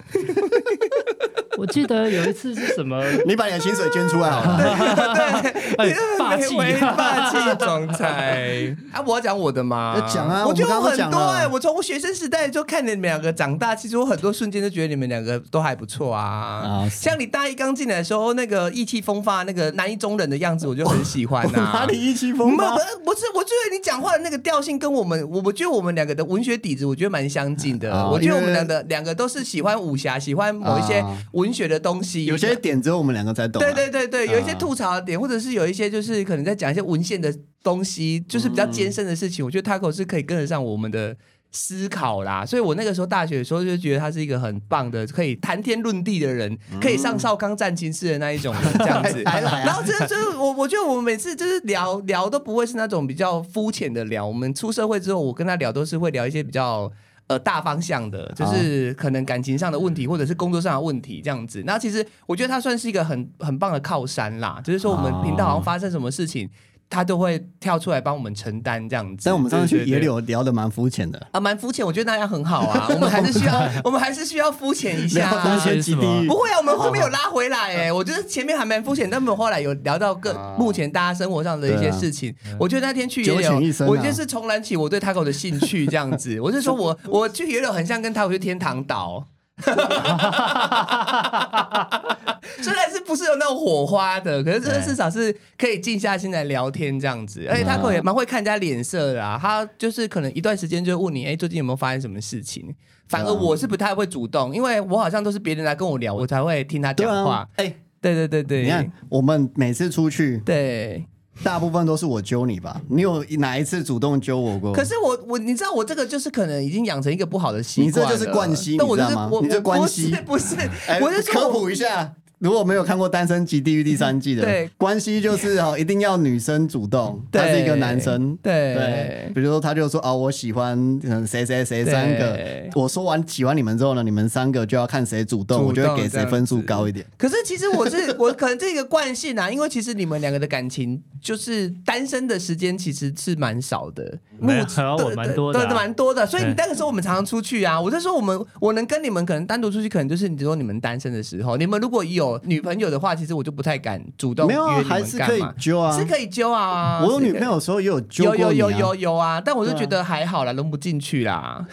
S3: 我记得有一次是什么，
S2: 你把你的薪水捐出来好 了。
S3: 哎，霸气
S1: 没为 霸气总裁啊！我要讲我的吗
S2: 要？讲啊
S1: 我觉得
S2: 我
S1: 我
S2: 们
S1: 很
S2: 刚
S1: 多
S2: 刚讲了
S1: 哎、我从学生时代就看你们两个长大，其实我很多瞬间就觉得你们两个都还不错啊。
S2: 啊是
S1: 像你大一刚进来的时候，那个意气风发、那个难以中人的样子，我就很喜欢 呐、啊。
S2: 哪里意气
S1: 不
S2: 风
S1: 不
S2: 发？
S1: 不是，我觉得你讲话的那个调性跟我们，我我觉得我们两个的文学底子，我觉得蛮相近的。
S2: 啊
S1: 我觉得
S2: 因为
S1: 我们两个两个都是喜欢武侠，喜欢某一些
S2: 啊
S1: 文学的东西，
S2: 有些点只有我们两个才懂啊。
S1: 对对对对，有一些
S2: 啊
S1: 吐槽的点，或者是有一些就是可能在讲一些文献的东西，就是比
S2: 嗯
S1: 较艰深的事情，我觉得 Taco 是可以跟得上我们的。思考啦，所以我那个时候大学的时候就觉得他是一个很棒的，可以谈天论地的人，可以上少康战情室的那一种人，这样子。
S2: 还嗯 来啊
S1: 然后这就是我，我觉得我们每次就是聊聊都不会是那种比较肤浅的聊。我们出社会之后，我跟他聊都是会聊一些比较呃大方向的，
S2: 哦
S1: 就是可能感情上的问题，或者是工作上的问题这样子。那其实我觉得他算是一个很很棒的靠山啦，就是说我们
S2: 哦
S1: 频道好像发生什么事情，他都会跳出来帮我们承担这样子。
S2: 但我们上次
S1: 对
S2: 去
S1: 对对
S2: 野柳聊的蛮肤浅的，
S1: 啊，蛮肤浅，我觉得那样很好啊。我们还是需要， 我们还是需要肤浅一下、
S2: 聊
S1: 啊
S2: 那。些极地狱
S1: 不。会啊，我们后面有拉回来哎、我觉得前面还蛮肤浅，但我们后来有聊到各
S2: 啊
S1: 目前大家生活上的一些事情。我觉得那天去
S2: 九
S1: 野柳
S2: 啊浅一，深啊
S1: 我就是重燃起我对 Taco 的兴趣，这样 子。我是说我我去野柳很像跟 Taco 去天堂岛。 虽然是不是有那种火花的，可是这至少是可以静下心来聊天这样子，
S2: 嗯
S1: 而且 Taco 也蛮会看人家脸色的啊。他就是可能一段时间就会问你，哎、最近有没有发生什么事情？反
S2: 啊
S1: 而我是不太会主动，因为我好像都是别人来跟我聊，我才会听他
S2: 对
S1: 讲
S2: 啊
S1: 话。，
S2: 哎，
S1: 对对对对，
S2: 你看我们每次出去，
S1: 对。
S2: 大部分都是我揪你吧？你有哪一次主动揪我过？
S1: 可是我我你知道我这个就是可能已经养成一个不好的习惯了，
S2: 你这就是惯习
S1: 但我就
S2: 你
S1: 是
S2: 知道吗
S1: 我
S2: 你这
S1: 我
S2: 惯
S1: 不
S2: 习
S1: 是不是
S2: 哎，
S1: 我是说
S2: 科
S1: 我
S2: 普一下，如果没有看过《单身级地狱》第三季的，
S1: 对
S2: 关系就是哦，一定要女生主动，他是一个男生。
S1: 对
S2: 对，比如说他就说啊，我喜欢嗯谁谁谁三个
S1: 对。
S2: 我说完喜欢你们之后呢，你们三个就要看谁主
S1: 主
S2: 动，
S1: 动
S2: 我就会给谁分数高一点。
S1: 可是其实我是我可能这个惯性啊，因为其实你们两个的感情就是单身的时间其实是蛮少的，
S3: 没有
S1: 目前
S3: 还好我
S1: 对
S3: 蛮多的啊
S1: 对对蛮多的。所以你
S3: 对
S1: 那个时候我们常常出去啊，我是说我们我能跟你们可能单独出去，可能就是你说你们单身的时候，你们如果有女朋友的话，其实我就不太敢主动
S2: 没有
S1: 约
S2: 啊，
S1: 你
S2: 还
S1: 们
S2: 是
S1: 干
S2: 可以
S1: 嘛，
S2: 揪啊
S1: 是。可以揪啊。
S2: 我有
S1: 是
S2: 女
S1: 可以
S2: 朋友的时候也有揪
S1: 有
S2: 过你啊
S1: 有有有有啊，但我就
S2: 对啊
S1: 觉得还好啦，融不进去 啦，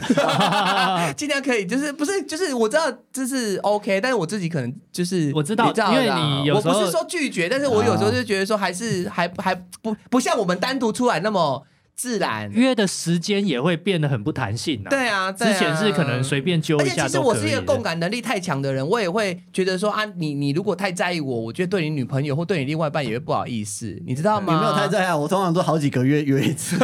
S1: 尽量可以，就是不是就是我知道这是 OK，但是我自己可能就是
S3: 我知道
S1: 你啦
S3: 因为你有
S1: 我
S3: 时候
S1: 不是说拒绝，但是我有时候就觉得说还是还还不不像我们单独出来那么自然，
S3: 约的时间也会变得很不弹性啊。
S1: 对啊，对啊
S3: 之前是可能随便揪
S1: 而
S3: 一
S1: 且
S3: 下
S1: 其实
S3: 都
S1: 我
S3: 可以的。
S1: 是一个共感能力太强的人，我也会觉得说啊，你你如果太在意我，我觉得对你女朋友或对你另外一半也会不好意思，你知道
S2: 你
S1: 吗？
S2: 没有太在意啊，我通常都好几个月约一 次。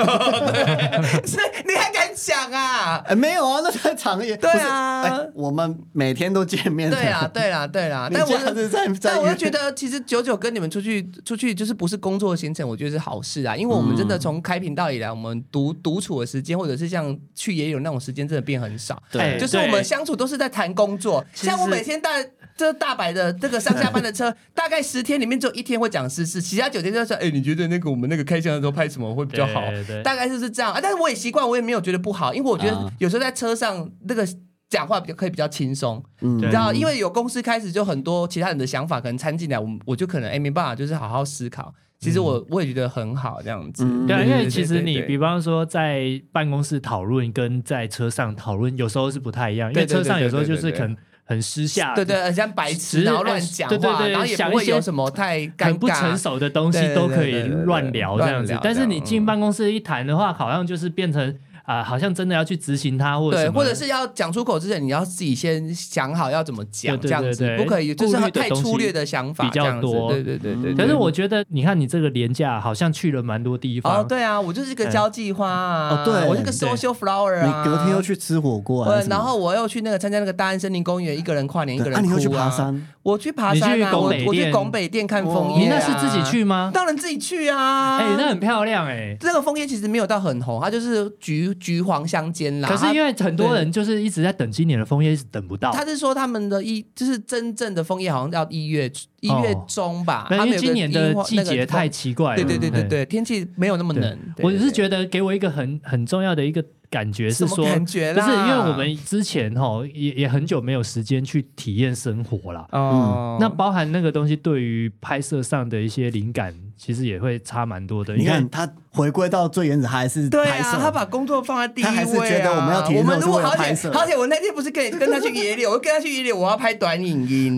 S1: 是 你还敢讲啊？
S2: 哎，没有啊，那太长也
S1: 对啊
S2: 不是哎我们每天都见面的。
S1: 对啦，对啦，对啦，
S2: 你
S1: 但
S2: 这
S1: 我
S2: 样子在在
S1: 但我
S2: 约
S1: 就觉得，其实九九跟你们出去出去，就是不是工作行程，我觉得是好事啊。因为我们真的从开频道以来，我们独独处的时间，或者是像去也有那种时间，真的变很少。
S3: 哎
S1: 就是我
S3: 对
S1: 们相处都是在谈工作，
S3: 其实
S1: 像我每天大这大白的这个上下班的 车，大概十天里面只有一天会讲私事，其他九天都是哎、你觉得那个我们那个开箱的时候拍什么会比较好？
S3: 对对
S1: 大概就是这样啊。但是我也习惯，我也没有觉得不好，因为我觉
S2: 啊
S1: 得有时候在车上那个讲话比较可以比较轻松。
S2: 嗯
S1: 你知道，因为有公司开始就很多其他人的想法可能掺进来，我们我就可能哎、没办法，就是好好思考。其实我、我也觉得很好这样子，
S2: 嗯
S3: 嗯对啊，因为其实
S1: 对
S3: 你
S1: 对
S3: 比方说在办公室讨论跟在车上讨论，有时候是不太一样，因为
S1: 对对
S3: 车上有时候
S1: 对对
S3: 就
S1: 对
S3: 是
S1: 对
S3: 可能很私下，
S1: 对对，很像白痴，
S3: 直
S1: 然后乱讲话，
S3: 哎对对对
S1: 然后也
S3: 想
S1: 不
S3: 一
S1: 会
S3: 些
S1: 有什么太尴
S3: 很不成
S1: 尬。
S3: 熟的东
S1: 对
S3: 西
S1: 对
S3: 都可
S1: 对
S3: 以
S1: 对对
S3: 乱聊这
S1: 乱
S3: 样子
S1: 聊，
S3: 但是
S1: 这样嗯
S3: 你进办公室一谈的话，好像就是变成啊、好像真的要去执行它，或者
S1: 对，
S3: 什么
S1: 或者是要讲出口之前，你要自己先想好要怎么讲，
S3: 对
S1: 这
S3: 对
S1: 样子
S3: 对对
S1: 不可以就是
S3: 顾虑的
S1: 太
S3: 东西
S1: 粗略的想法
S3: 比较
S1: 这样子
S3: 多
S1: 对对对对。
S3: 可
S1: 对
S3: 是我觉得，你看你这个廉价，好像去了蛮多地方。
S1: 哦，对啊，我就是一个交际花啊，
S2: 哦对
S1: 我是个
S3: 哎对
S1: social flower
S2: 你
S1: 啊。
S2: 隔天又去吃火锅啊
S1: 对，
S2: 什么，
S1: 然后我又去那个参加那个大安森林公园，一个人跨年，一
S2: 对
S1: 个人
S2: 啊，你又去
S1: 哭
S2: 爬山，
S1: 我去爬山
S3: 你
S1: 啊，
S3: 去拱
S1: 我
S3: 北
S1: 我去
S3: 店哦
S1: 拱北店看枫叶、啊。
S3: 你那是自己？去吗？
S1: 当然自己去啊。
S3: 哎、那很漂亮哎、
S1: 这个枫叶其实没有到很红，它就是橘橘黄相间啦。
S3: 可是因
S1: 为
S3: 为很多人就是一直在等今年的枫叶，一直等不到。
S1: 他是说他们的一就是真正的枫叶好像要一月一月中吧，
S3: 那
S1: 他
S3: 哦因
S1: 们
S3: 为
S1: 有
S3: 今
S1: 个
S3: 年的
S1: 樱花
S3: 季
S1: 那个
S3: 节太
S1: 枫
S3: 奇怪了。
S1: 对对对对
S3: 嗯。
S1: 对，天气没有那么
S3: 对
S1: 冷。对
S3: 我只是
S1: 对
S3: 觉得给我一个很很重要的一个感觉
S1: 对
S3: 是
S1: 什
S3: 说
S1: 么，感觉
S3: 就
S1: 啦，
S3: 是因为我们之前哈也也很久没有时间去体验生活啦。
S1: 哦、
S3: 嗯那包含那个东西对于拍摄上的一些灵感，其实也会差蛮多的。
S2: 你看他回归到最原始，他还是
S1: 对
S2: 拍
S1: 啊，他
S2: 摄。
S1: 把工作放在第一位、啊。
S2: 他还是觉得我们要提
S1: 我们
S2: 这种
S1: 如果
S2: 是为了
S1: 好
S2: 拍
S1: 险
S2: 摄
S1: 好险，我那天不是跟跟他去野柳，我跟他去野柳，我要拍短影音。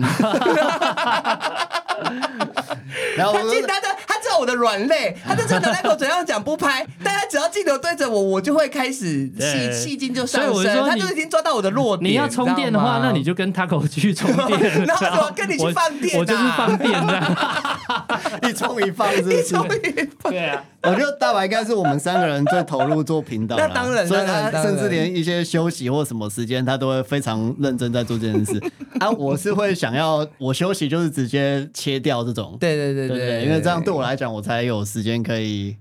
S2: 然后
S1: 他
S2: 我
S1: 进他的，他知道我的软肋，他就真的那口嘴上讲不拍，但他只要镜头对着我，我就会开始
S3: 对
S1: 戏戏精就上
S3: 所以我就
S1: 升，
S3: 说
S1: 他
S3: 你
S1: 就已经抓到我的弱点。
S3: 你要充电的话，那你
S1: 就。
S3: 就跟 Taco 去充 电
S1: 那我怎么
S3: 然后
S1: 跟你去
S3: 我
S1: 放电啊
S3: 我就是放电这样。
S2: 一冲一放，是 不是？
S3: 对啊，
S2: 我觉得大白应该是我们三个人最投入做频道啦，
S1: 那当然
S2: 所以
S1: 当
S2: 他
S1: 然当然
S2: 甚至连一些休息或什么时间，他都会非常认真在做这件事。 啊，我是会想要我休息就是直接切掉这种，
S1: 对对对
S2: 对不
S1: 对，
S2: 对，因为这样对我来讲，我才有时间可以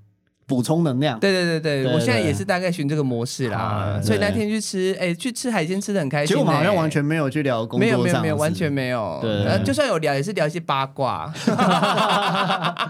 S2: 补充能量。
S1: 对对对对，
S2: 对
S1: 我现在也是大概循这个模式啦
S3: 啊，
S1: 所以
S2: 对
S1: 那天去吃，哎，去吃海鲜吃的很开
S2: 其
S1: 心
S2: 实
S1: 呢。
S2: 我们好像完全没有去聊工
S1: 没有
S2: 作
S1: 没
S2: 上
S1: 有
S2: 的
S1: 没有
S2: 事
S1: 完全没有，
S2: 对
S1: 呃就算有聊也是聊一些八卦。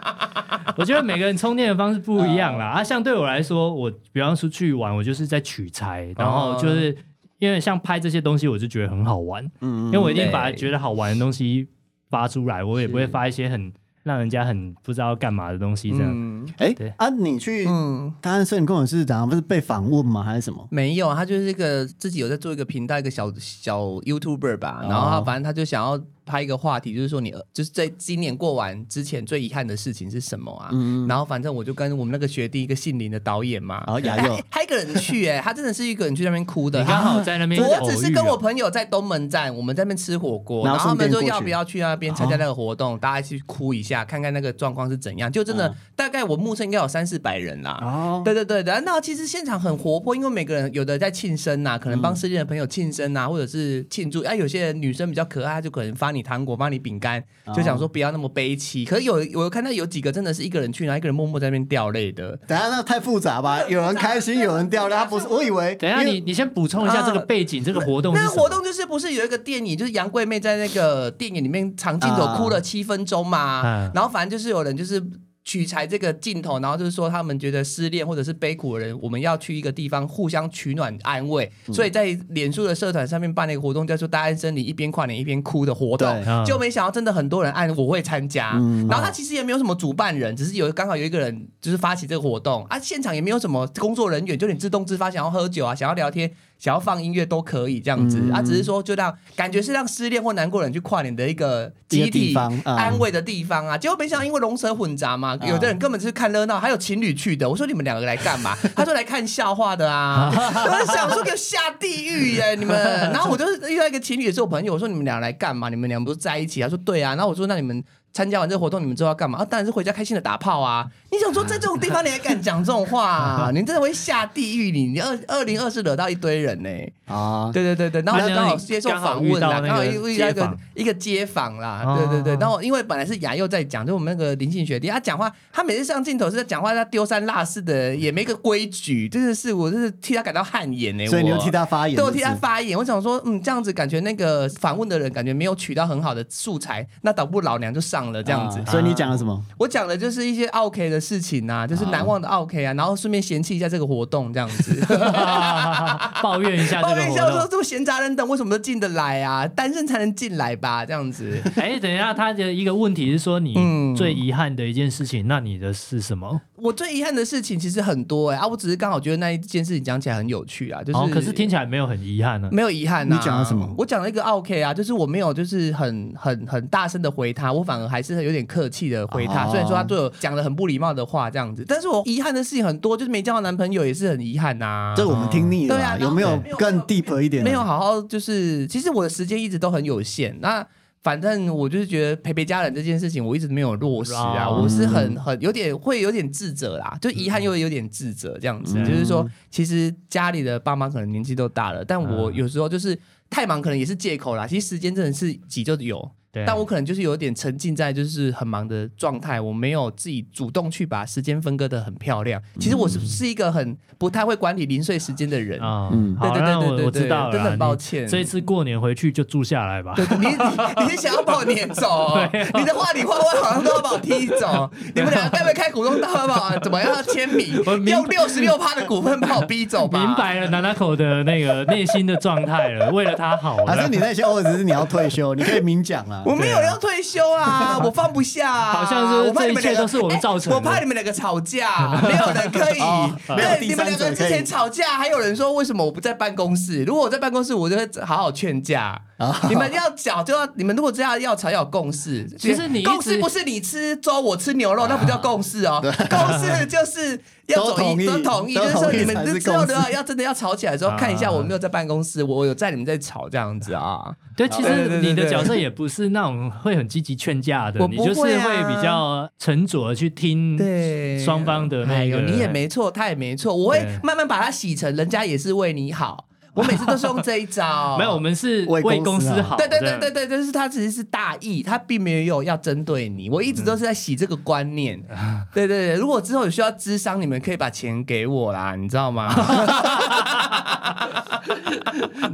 S3: 我觉得每个人充电的方式不一样啦。啊，像对我来说，我比方说去玩，我就是在取材，然后就是因为像拍这些东西，我就觉得很好玩，
S2: 嗯
S3: 因为我一定把
S1: 对
S3: 觉得好玩的东西发出来，我也不会发一些很让人家很不知道干嘛的东西这样。
S1: 嗯
S2: 哎
S3: 对
S2: 啊，你去
S1: 嗯，
S2: 大安森林公园是怎样？不是被访问吗？还是什么？
S1: 没有，他就是一个自己有在做一个频道，一个小小 YouTuber 吧。
S2: 哦
S1: 然后他反正他就想要拍一个话题，就是说你就是在今年过完之前最遗憾的事情是什么啊？然后反正我就跟我们那个学弟一个姓林的导演嘛，
S2: 然后雅
S1: 哎
S2: 佑，
S1: 他一个人去哎、他真的是一个人去那边哭的。
S3: 你刚好在那 边，啊
S1: 我只是跟我。朋友在东门站，我们在那边吃火锅，
S2: 然
S1: 然
S2: 后
S1: 后他
S2: 顺便
S1: 们说
S2: 过去
S1: 要不要去那边参加那个活动，大家去哭一下，看看那个状况是怎样。就真的、
S2: 嗯
S1: 大概我目测应该有三四百人啦。
S2: 哦，
S1: 对对对的，那其实现场很活泼，因为每个人有的在啊庆生呐、可能帮失恋的朋友庆生呐、或者是庆祝。哎、有些人女生比较可爱，她就可能发你你糖果，发你饼干，就想说不要那么悲戚。可是有我有看到有几个真的是一个人去，然后一个人默默在那边掉泪的。
S2: 等一下那太复杂吧？有人开心，有人掉泪，他不是？我以为
S3: 等一下
S2: 因为
S3: 你你先补充一下这个背景，这个活动是
S1: 那
S3: 什么
S1: 活动就是不是有一个电影，就是杨贵妹在那个电影里面长镜
S3: 啊
S1: 头哭了七分钟嘛，
S3: 嗯
S1: 然后反正就是有人就是。取材这个镜头，然后就是说他们觉得失恋或者是悲苦的人，我们要去一个地方互相取暖安慰，
S3: 嗯
S1: 所以在脸书的社团上面办了一个活动，叫做“大安森林一边跨年一边哭”的活动
S2: 对
S3: 嗯，
S1: 就没想到真的很多人按我会参加，
S2: 嗯
S1: 然后他其实也没有什么主办人，只是有刚好有一个人就是发起这个活动啊，现场也没有什么工作人员，就你自动自发，想要喝酒啊，想要聊天，想要放音乐都可以这样
S2: 嗯
S1: 子、啊，只是说就让感觉是让失恋或难过的人去跨年的一个集
S2: 一个地
S1: 体
S2: 方啊
S1: 安慰的地方啊，结果没想到因为龙蛇混杂嘛，
S2: 啊
S1: 有的人根本就是看热闹，还有情侣去的，我说你们两个来干嘛？他说来看笑话的啊，我就想说给我下地狱耶、你们，然后我就是遇到一个情侣也是我朋友，我说你们俩来干嘛？你们俩不是在一起？他说对啊，然后我说那你们。参加完这个活动，你们知道要干嘛？啊，当然是回家开心的打炮啊！你想说在这种地方你还敢讲这种话、啊，你真的会下地狱！你你二二零二是惹到一堆人呢、
S2: 啊，
S1: 对对对对，然后
S3: 啊
S1: 我
S3: 那
S1: 刚好
S3: 你
S1: 接受
S3: 刚好
S1: 访
S3: 遇
S1: 问啦，
S3: 到那
S1: 刚好
S3: 个
S1: 遇到一
S3: 街
S1: 个
S3: 访
S1: 一个街访啦，
S3: 哦
S1: 对对对。然后因为本来是雅佑在讲，就我们那个林信学弟，他讲话，他每次上镜头是在讲话，他丢三落四的，也没个规矩，真的是我真是替他感到汗颜呢、
S2: 所以你
S1: 我
S2: 就替他发言，
S1: 对，我替他
S2: 是不
S1: 发言。我想说，嗯，这样子感觉那个访问的人感觉没有取到很好的素材，那倒不如老娘就上了
S2: 是
S1: 这样子。
S2: 啊所以你讲了什么？
S1: 我讲的就是一些 OK 的事情啊，就是难忘的 OK 啊，然后顺便嫌弃一下这个活动这样子。
S3: 抱怨一下这
S1: 抱
S3: 个
S1: 怨一
S3: 活
S1: 下，我说
S3: 动。
S1: 这么闲杂人等，为什么都进得来啊？单身才能进来吧？这样子，
S3: 哎，等一下，他的一个问题是说
S1: 嗯
S3: 你最遗憾的一件事情，那你的是什么？
S1: 我最遗憾的事情其实很多哎、啊，我只是刚好觉得那一件事情讲起来很有趣啊，就是、
S3: 哦，可是听起来没有很遗憾呢。
S1: 没有遗憾、啊。
S2: 你讲了什么
S1: 我讲了一个 OK 啊，就是我没有就是很很很大声的回他，我反而还是有点客气的回他。
S2: 哦
S1: 虽然说他对我讲了很不礼貌的话这样子，但是我遗憾的事情很多，就是没交到男朋友也是很遗憾啊呐、
S2: 这我们听腻了
S1: 对
S2: 啦，
S1: 啊
S2: 有没有
S1: 对
S2: 更 deep 一
S3: 啊
S2: 点？
S1: 没有，好好就是，其实我的时间一直都很有限。那反正我就是觉得陪陪家人这件事情，我一直没有落实啊，
S3: 嗯
S1: 我是很很有点会有点自责啦，就遗憾又有点自责这样子。
S3: 嗯
S1: 就是说，其实家里的爸妈可能年纪都大了，但我
S3: 嗯
S1: 有时候就是。太忙可能也是借口啦，其实时间真的是挤就有，
S3: 对，啊
S1: 但我可能就是有点沉浸在就是很忙的状态，我没有自己主动去把时间分割的很漂亮。其实我是是一个很不太会管理零碎时间的人，
S3: 嗯啊，
S2: 嗯
S3: 好，
S1: 对对
S3: 那
S1: 对
S3: 我
S1: 对
S3: 我
S1: 对
S3: 知
S1: 对
S3: 道了啦，
S1: 真的很抱
S3: 你
S1: 歉
S3: 这一次过年回去就住下来吧。
S1: 对对，你你你是想要把我撵走、哦？
S3: 啊
S1: 你的话里话外好像都要把我踢走。你们俩该不会开股东大会吧？怎么样签名
S3: 我？明
S1: 用六十六趴的股份把我逼走吧？
S3: 明。白了南娜口的那个内心的状态 了，为了他好
S2: 还
S3: 了
S2: 是。你那些 o 只是你要退休，你可以明讲啊啦。
S1: 我没有要退休啊， 我放不下、啊。
S3: 啊 好像是
S1: 我怕你们
S3: 这一切
S1: 两个
S3: 都是我们造成
S1: 哎
S3: 的
S1: 我怕你们两个吵 架，没有人可以
S2: 哦。没有
S1: 对，
S2: 第
S1: 你们
S2: 三
S1: 两
S2: 者
S1: 个之
S2: 可
S1: 前
S2: 以
S1: 吵架，还有人说为什么我不在办公室？如果我在办公室，我就会好好劝架。
S3: 哦
S1: 你们要吵就要，你们如果这样要吵，要有共识。
S3: 其实你一直啊
S1: 共识不是你吃粥我吃牛肉，那不叫共识哦。共识就是要
S2: 都
S1: 走
S2: 同
S1: 一
S2: 意
S1: 都同意，就
S2: 都
S1: 是说
S2: 同意
S1: 你
S2: 才
S1: 们
S2: 是
S1: 之后
S2: 共
S1: 的要真的要吵起来的时候，
S3: 啊
S1: 看一下我没有在办公室，我有在，你们在吵这样子啊。
S3: 对，其
S1: 对对对
S3: 实
S1: 对
S3: 你的角色也不是那种会很积极劝架的，
S1: 我
S3: 你
S1: 不
S3: 就是
S1: 会啊
S3: 会比较沉着地去听
S1: 对，
S3: 嗯双方的
S1: 哎
S3: 那
S1: 呦
S3: 个。
S1: 你也没错，他也没错，我会
S3: 对
S1: 慢慢把它洗成人家也是为你好。我每次都是用这一招，
S3: 没有，我。们是
S2: 为
S3: 为
S2: 公
S3: 公
S2: 司啊
S3: 司好。
S1: 对对
S3: 这
S1: 对
S3: 样
S1: 对对，就是他其实是大意，他并没有要针对你。我一直都是在洗这个观念。
S3: 嗯
S1: 对对对，如果之后有需要智商，你们可以把钱给我啦，你知道吗？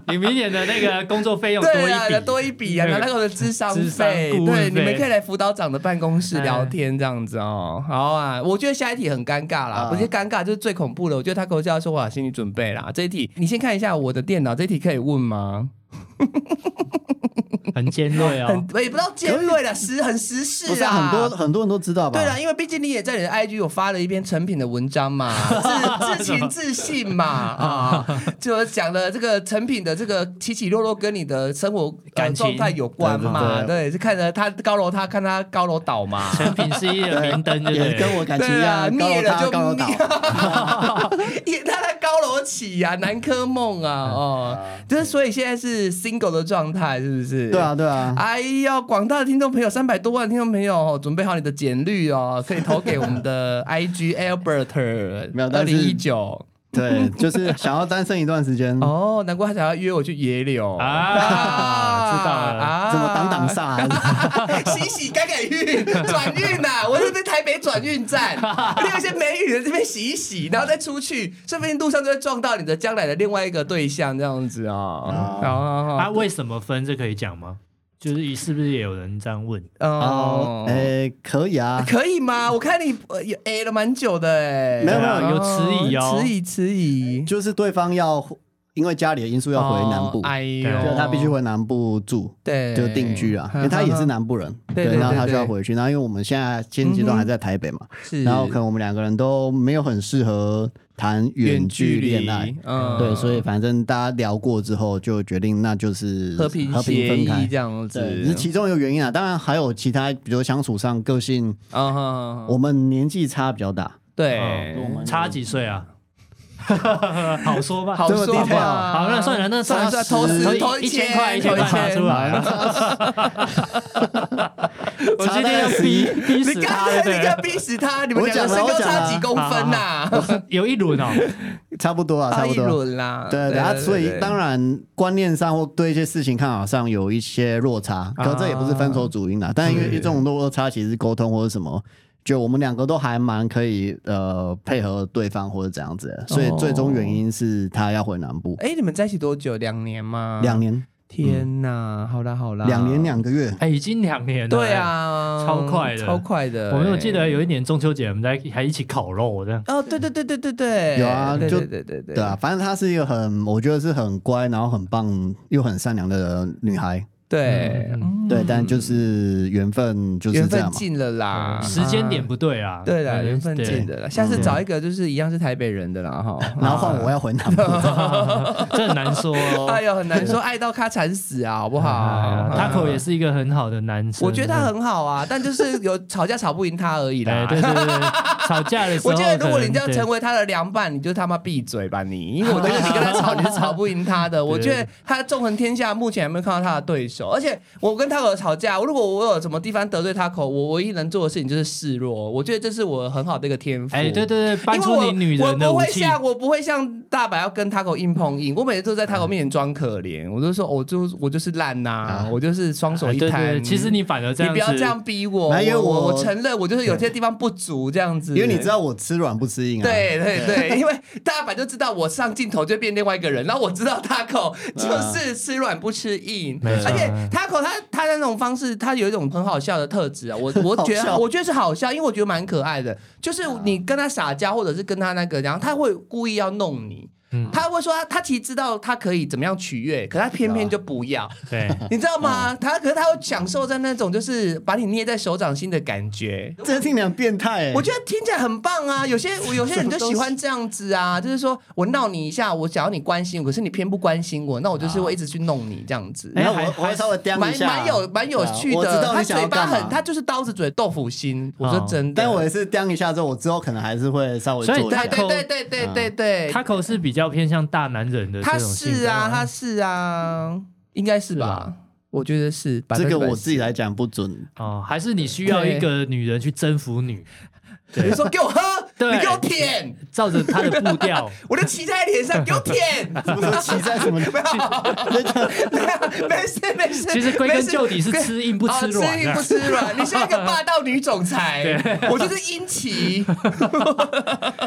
S3: 你明年的那个工作费用多
S1: 对啊，
S3: 一笔，
S1: 多一笔啊，
S3: 对
S1: 拿那个我的智商
S3: 智商
S1: 费。
S3: 顾问
S1: 对，
S3: 费
S1: 你们可以来辅导长的办公室聊天这样子哦。好啊，我觉得下一题很尴尬啦，
S2: 啊
S1: 不是尴尬，就是最恐怖的。我觉得他跟我叫说我有心理准备啦。这一题你先看一下我的电脑，这一题可以问吗？
S3: 很尖锐
S1: 很
S3: 哦。
S1: 我也不知道尖锐啦，时很时
S2: 不
S1: 事
S2: 是
S1: 啊，
S2: 啊很多很多人都知道吧？
S1: 对啊了，因为毕竟你也在你的 IG 有发了一篇成品的文章 嘛，自自情自信嘛啊，就讲了这个成品的这个起起落落跟你的生活呃
S3: 感情
S1: 状态有关嘛，
S2: 对对
S1: 对，是看着他高楼他看他高楼倒嘛。
S3: 成品是一个明灯，对
S2: 也
S3: 不
S2: 跟
S3: 对？
S2: 我 感情一
S1: 对啊，
S2: 样，高
S1: 灭
S2: 楼
S1: 了
S2: 大
S1: 就
S2: 高楼倒
S1: 灭， 也他在高楼起呀、南柯梦啊， 哦，就是所以现在是 single 的状态，是不是？
S2: 对啊，对啊，
S1: 哎呦，广大的听众朋友，三百多万的听众朋友哦，准备好你 的简历哦，可以投给我们的 IG Albert
S2: 没有
S1: 二
S2: 但是
S1: 零一九。
S2: 对，就是想要单身一段时间，怎
S1: 哦，难怪他想要约我去野柳
S3: 啊 知道了
S1: 啊
S2: 么挡 挡煞啊？
S1: 洗洗改改运，转运呐、我这边台北转运 站，利用一些美女在这边洗一洗，然后再出去，说不定路上就会撞到你的将来的另外一个对象，这样子啊、哦。
S3: 啊，
S1: 哦
S3: 为什么分这可以讲吗？就是是不是也有人这样问？
S2: 哦
S1: 哦，，
S2: 哎，可以啊，
S1: 可以吗？我看你呃也 A 了蛮久的哎、
S2: 没有没有
S1: 哦
S3: 有迟疑哦
S1: 迟疑迟疑，
S2: 就是对方要因为家里的因素要回南部
S1: 哦，哎呦，
S3: 对
S2: 就他必须回南部住。
S1: 对嗯
S2: 就定居啊，因为他也是南部人，
S1: 对对对
S2: 然后他
S1: 对
S2: 就要回去，然后因为我们现在现阶段还在台北嘛，
S1: 嗯是，
S2: 然后可能我们两个人都没有很适合谈远距恋爱，，
S1: 嗯
S2: 对，所以反正大家聊过之后就决定，那就是
S1: 和平
S2: 和平
S1: 协
S2: 分
S1: 议
S2: 开
S1: 这。样子，
S2: 对，这是其中一个原因啊，当然还有其他，比如相处上个性，
S1: 啊哈，
S2: 我们年纪差比较大，
S1: 对，
S3: 哦差几岁啊？好说吧，
S1: 好
S2: 这么
S1: 说好不
S2: detail 啊
S1: 好？
S3: 好，那算了，那算
S1: 算
S3: 了，
S1: 了算了，投
S2: 十
S1: 十
S3: 所以
S1: 投
S3: 一千
S1: 千
S3: 块一千
S1: 投
S3: 块拿出来
S1: 1000
S3: 啊。我今天要
S2: 差在
S3: 逼逼
S1: 你
S3: 死
S1: 刚
S3: 他，
S1: 才
S3: 对
S1: 你刚
S3: 不
S1: 逼死他，你们
S2: 我
S1: 两个
S2: 讲了
S1: 身
S2: 我
S1: 高
S2: 讲
S1: 差
S2: 了
S1: 几公分呐？
S3: 对？有一轮哦，
S2: 差不多啊，差
S1: 差
S2: 不
S1: 一
S2: 多。
S1: 轮啦。
S2: 对对啊，所以当
S1: 然
S2: 然观念上或对一些事情看法上有一些落差，可这也不是分手主因啦。啊但因为这种落差其实是沟通或者什么，就我们两个都还蛮可以呃配合对方或者怎样子的，所以最终原因是他要回南部，
S1: 哎，你们在一起多久？两年吗？
S2: 两。年
S1: 天呐，好啦好啦，
S2: 两年。两个月，
S3: 哎，已经两年了。
S1: 对，啊，
S3: 超快的
S1: 超快的。欸
S3: 我我记得有一年中秋节，我们在还一起烤肉这样。
S1: 哦，对对对对对对，
S2: 有啊
S1: 对
S2: 就
S1: 对对对对
S2: 对啊，反正她是一个很，我觉得是很乖，然后很棒又很善良的女孩，
S1: 对，
S3: 嗯
S2: 对，但就是缘分啊就是
S1: 缘
S2: 这样
S1: 分
S2: 嘛，
S1: 尽了啦，
S3: 时间点
S1: 啊
S3: 不对啊。
S1: 对啦，
S3: 嗯
S1: 缘分尽
S3: 对
S1: 了啦。下次找一个就是一样是台北人的啦哈，
S2: 然后换我要回 南部，
S3: 这很难说哦。
S1: 哎呦，很难说，爱到咔惨死啊，好不
S3: 啊
S1: 好？
S3: 他口也是一个很好的男
S1: 嗯
S3: 生，
S1: 我觉得他很好啊，但就是有吵架吵不赢他而已
S3: 哎，
S1: 啦。
S3: 对对对对， 吵架的时候
S1: 我
S3: 可
S1: 觉
S3: 能，
S1: 得如果你这样
S3: 对
S1: 成为他的凉拌，你就他妈闭嘴吧你，因为我觉得你跟他吵你是吵不赢他 的。我觉得他纵横天下，目前还没有看到他的对手。而且我跟他口吵架，如果我有什么地方得罪他口，我唯一能做的事情就是示弱。我觉得这是我很好的一个天赋。
S3: 哎，对对对，搬出你女
S1: 因为我
S3: 人的
S1: 我不
S3: 武
S1: 会
S3: 器，
S1: 像我不会像大白要跟 Taco 硬碰硬，我每次都在 Taco 面前装可怜，我就说我就我就是烂呐、我就是双手
S3: 嗯哎
S1: 一
S3: 对对
S1: 摊。
S3: 对，其实你反而这
S1: 你
S3: 样
S1: 不
S3: 子，
S1: 要这样逼我，
S2: 没有
S1: 我我
S2: 我
S1: 我承认我就是有些地方不足这样子，
S2: 因为你知。道我吃软不吃硬啊，
S1: 对对对，因为大白就知道我上镜头就变另外一个人，然后我知道 Taco 就是吃软不吃硬，
S3: 没错
S1: 而且 Taco 他他那种方式，他有一种很好笑的特质啊，我我觉
S2: 好
S1: 得
S2: 笑
S1: 我觉得是好笑，因为我觉得蛮可爱的，就是你跟他撒娇或者是跟他那个，然后他会故意要弄你。
S3: 嗯
S1: 他会说他，他其实知道他可以怎么样取悦，可他偏偏就不要，
S3: 对，
S1: 你知道吗？他可是他会享受在那种就是把你捏在手掌心的感觉，
S2: 这听起来很变
S3: 哎
S2: 态、欸。
S1: 我觉得听起来很棒 啊，有些有些人就喜欢这样子啊，就是说我闹你一下，我想要你关心我，可是你偏不关心我，那我就是会一直去弄你这样子。
S3: 哎
S2: 然后
S3: 还
S2: 我我
S3: 还
S2: 会稍微掂一
S1: 蛮
S2: 下，
S1: 蛮有蛮有趣
S2: 对啊我知
S1: 的，
S2: 道
S1: 他
S2: 你想
S1: 嘴
S2: 要
S1: 巴
S2: 干嘛
S1: 很，他就是刀子嘴豆腐心。我说
S3: 哦
S1: 真的，
S2: 但我也是掂一下之后，我之后可能还是会稍微
S3: 所
S2: 做
S3: 以
S2: 一
S1: 对
S2: 下
S3: 他。
S1: 对对对对对 对，
S2: 嗯
S3: 他口是比较偏向大男人的这
S1: 他
S3: 种性格，哦
S1: 是啊，他是啊，应该是
S3: 是
S1: 吧
S3: 吧？
S1: 我觉得是，百
S2: 这
S1: 分之
S2: 个
S1: 百
S2: 我
S1: 是
S2: 自己来讲不准，
S3: 哦，还是你需要一个女人去征服你，
S1: 你说给我喝，
S3: 对
S1: 你给我舔，
S3: 照着他的步 调，
S1: 我就骑在脸上，给我 舔。
S2: 什么时候骑在什么？
S1: 没有没事没事。
S3: 其实归根
S1: 没事
S3: 究底是吃硬不吃
S1: 啊
S3: 软
S1: 吃硬
S3: 啊
S1: 不吃软。你是一个霸道女总 裁，我就是殷琦。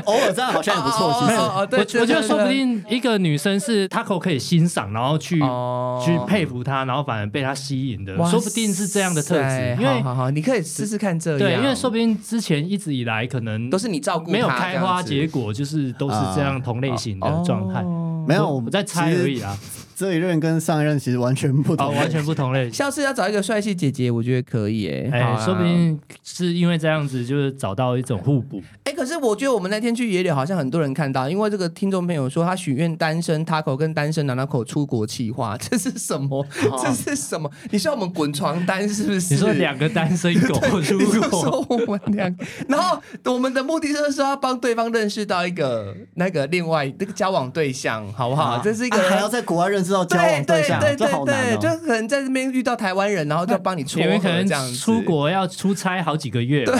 S2: 偶尔这样好像也不错，其实。
S1: 哦，
S3: 我
S1: 对，对
S3: 我觉得说不定一个女生是她口可以欣赏，然后去
S1: 哦
S3: 去佩服他，然后反而被他吸引的
S1: 对，哇
S3: 说不定是这样的特质
S1: 塞，
S3: 因
S1: 好
S3: 为
S1: 好好，你可以试试看这样。
S3: 对，因为说不定之前一直以来可能
S1: 都是你照顾他，
S3: 没有开花
S1: 这样
S3: 结
S1: 子
S3: 果，就是都是这样同类型的状态。
S1: 哦
S2: 没有，
S3: 我
S2: 我
S3: 我
S2: 们
S3: 在猜而已。啊，
S2: 这一任跟上一任其实完全不
S1: 哦
S3: 啊，
S2: 同，
S3: 完全不同类型。
S1: 下次要找一个帅气姐姐，我觉得可以诶。好
S3: 哎，
S1: 啊
S3: 说不定是因为这样子，就是找到一种互补。
S1: 哎，可是我觉得我们那天去野柳，好像很多人看到，因为这个听众朋友说他许愿单身 Taco 跟单身 Nanako 出国企划，这是什么？这是什么？你说我们滚床单是不是？
S3: 哦你说两个单身 狗如
S1: 你就
S3: 果
S1: 说我们两个，然后我们的目的就是说要帮对方认识到一个那个另外那个交往对象，好不好？这是一个
S2: 啊还要在国外认识知道交
S1: 对
S2: 往
S1: 对
S2: 象，
S1: 对
S2: 这
S1: 对
S2: 好难
S1: 对，就
S2: 哦。啊
S1: 可能在这边遇到台湾人，然后就帮你撮
S3: 因为
S1: 合
S3: 可能
S1: 这样子
S3: 出。国要出差好几个月吧，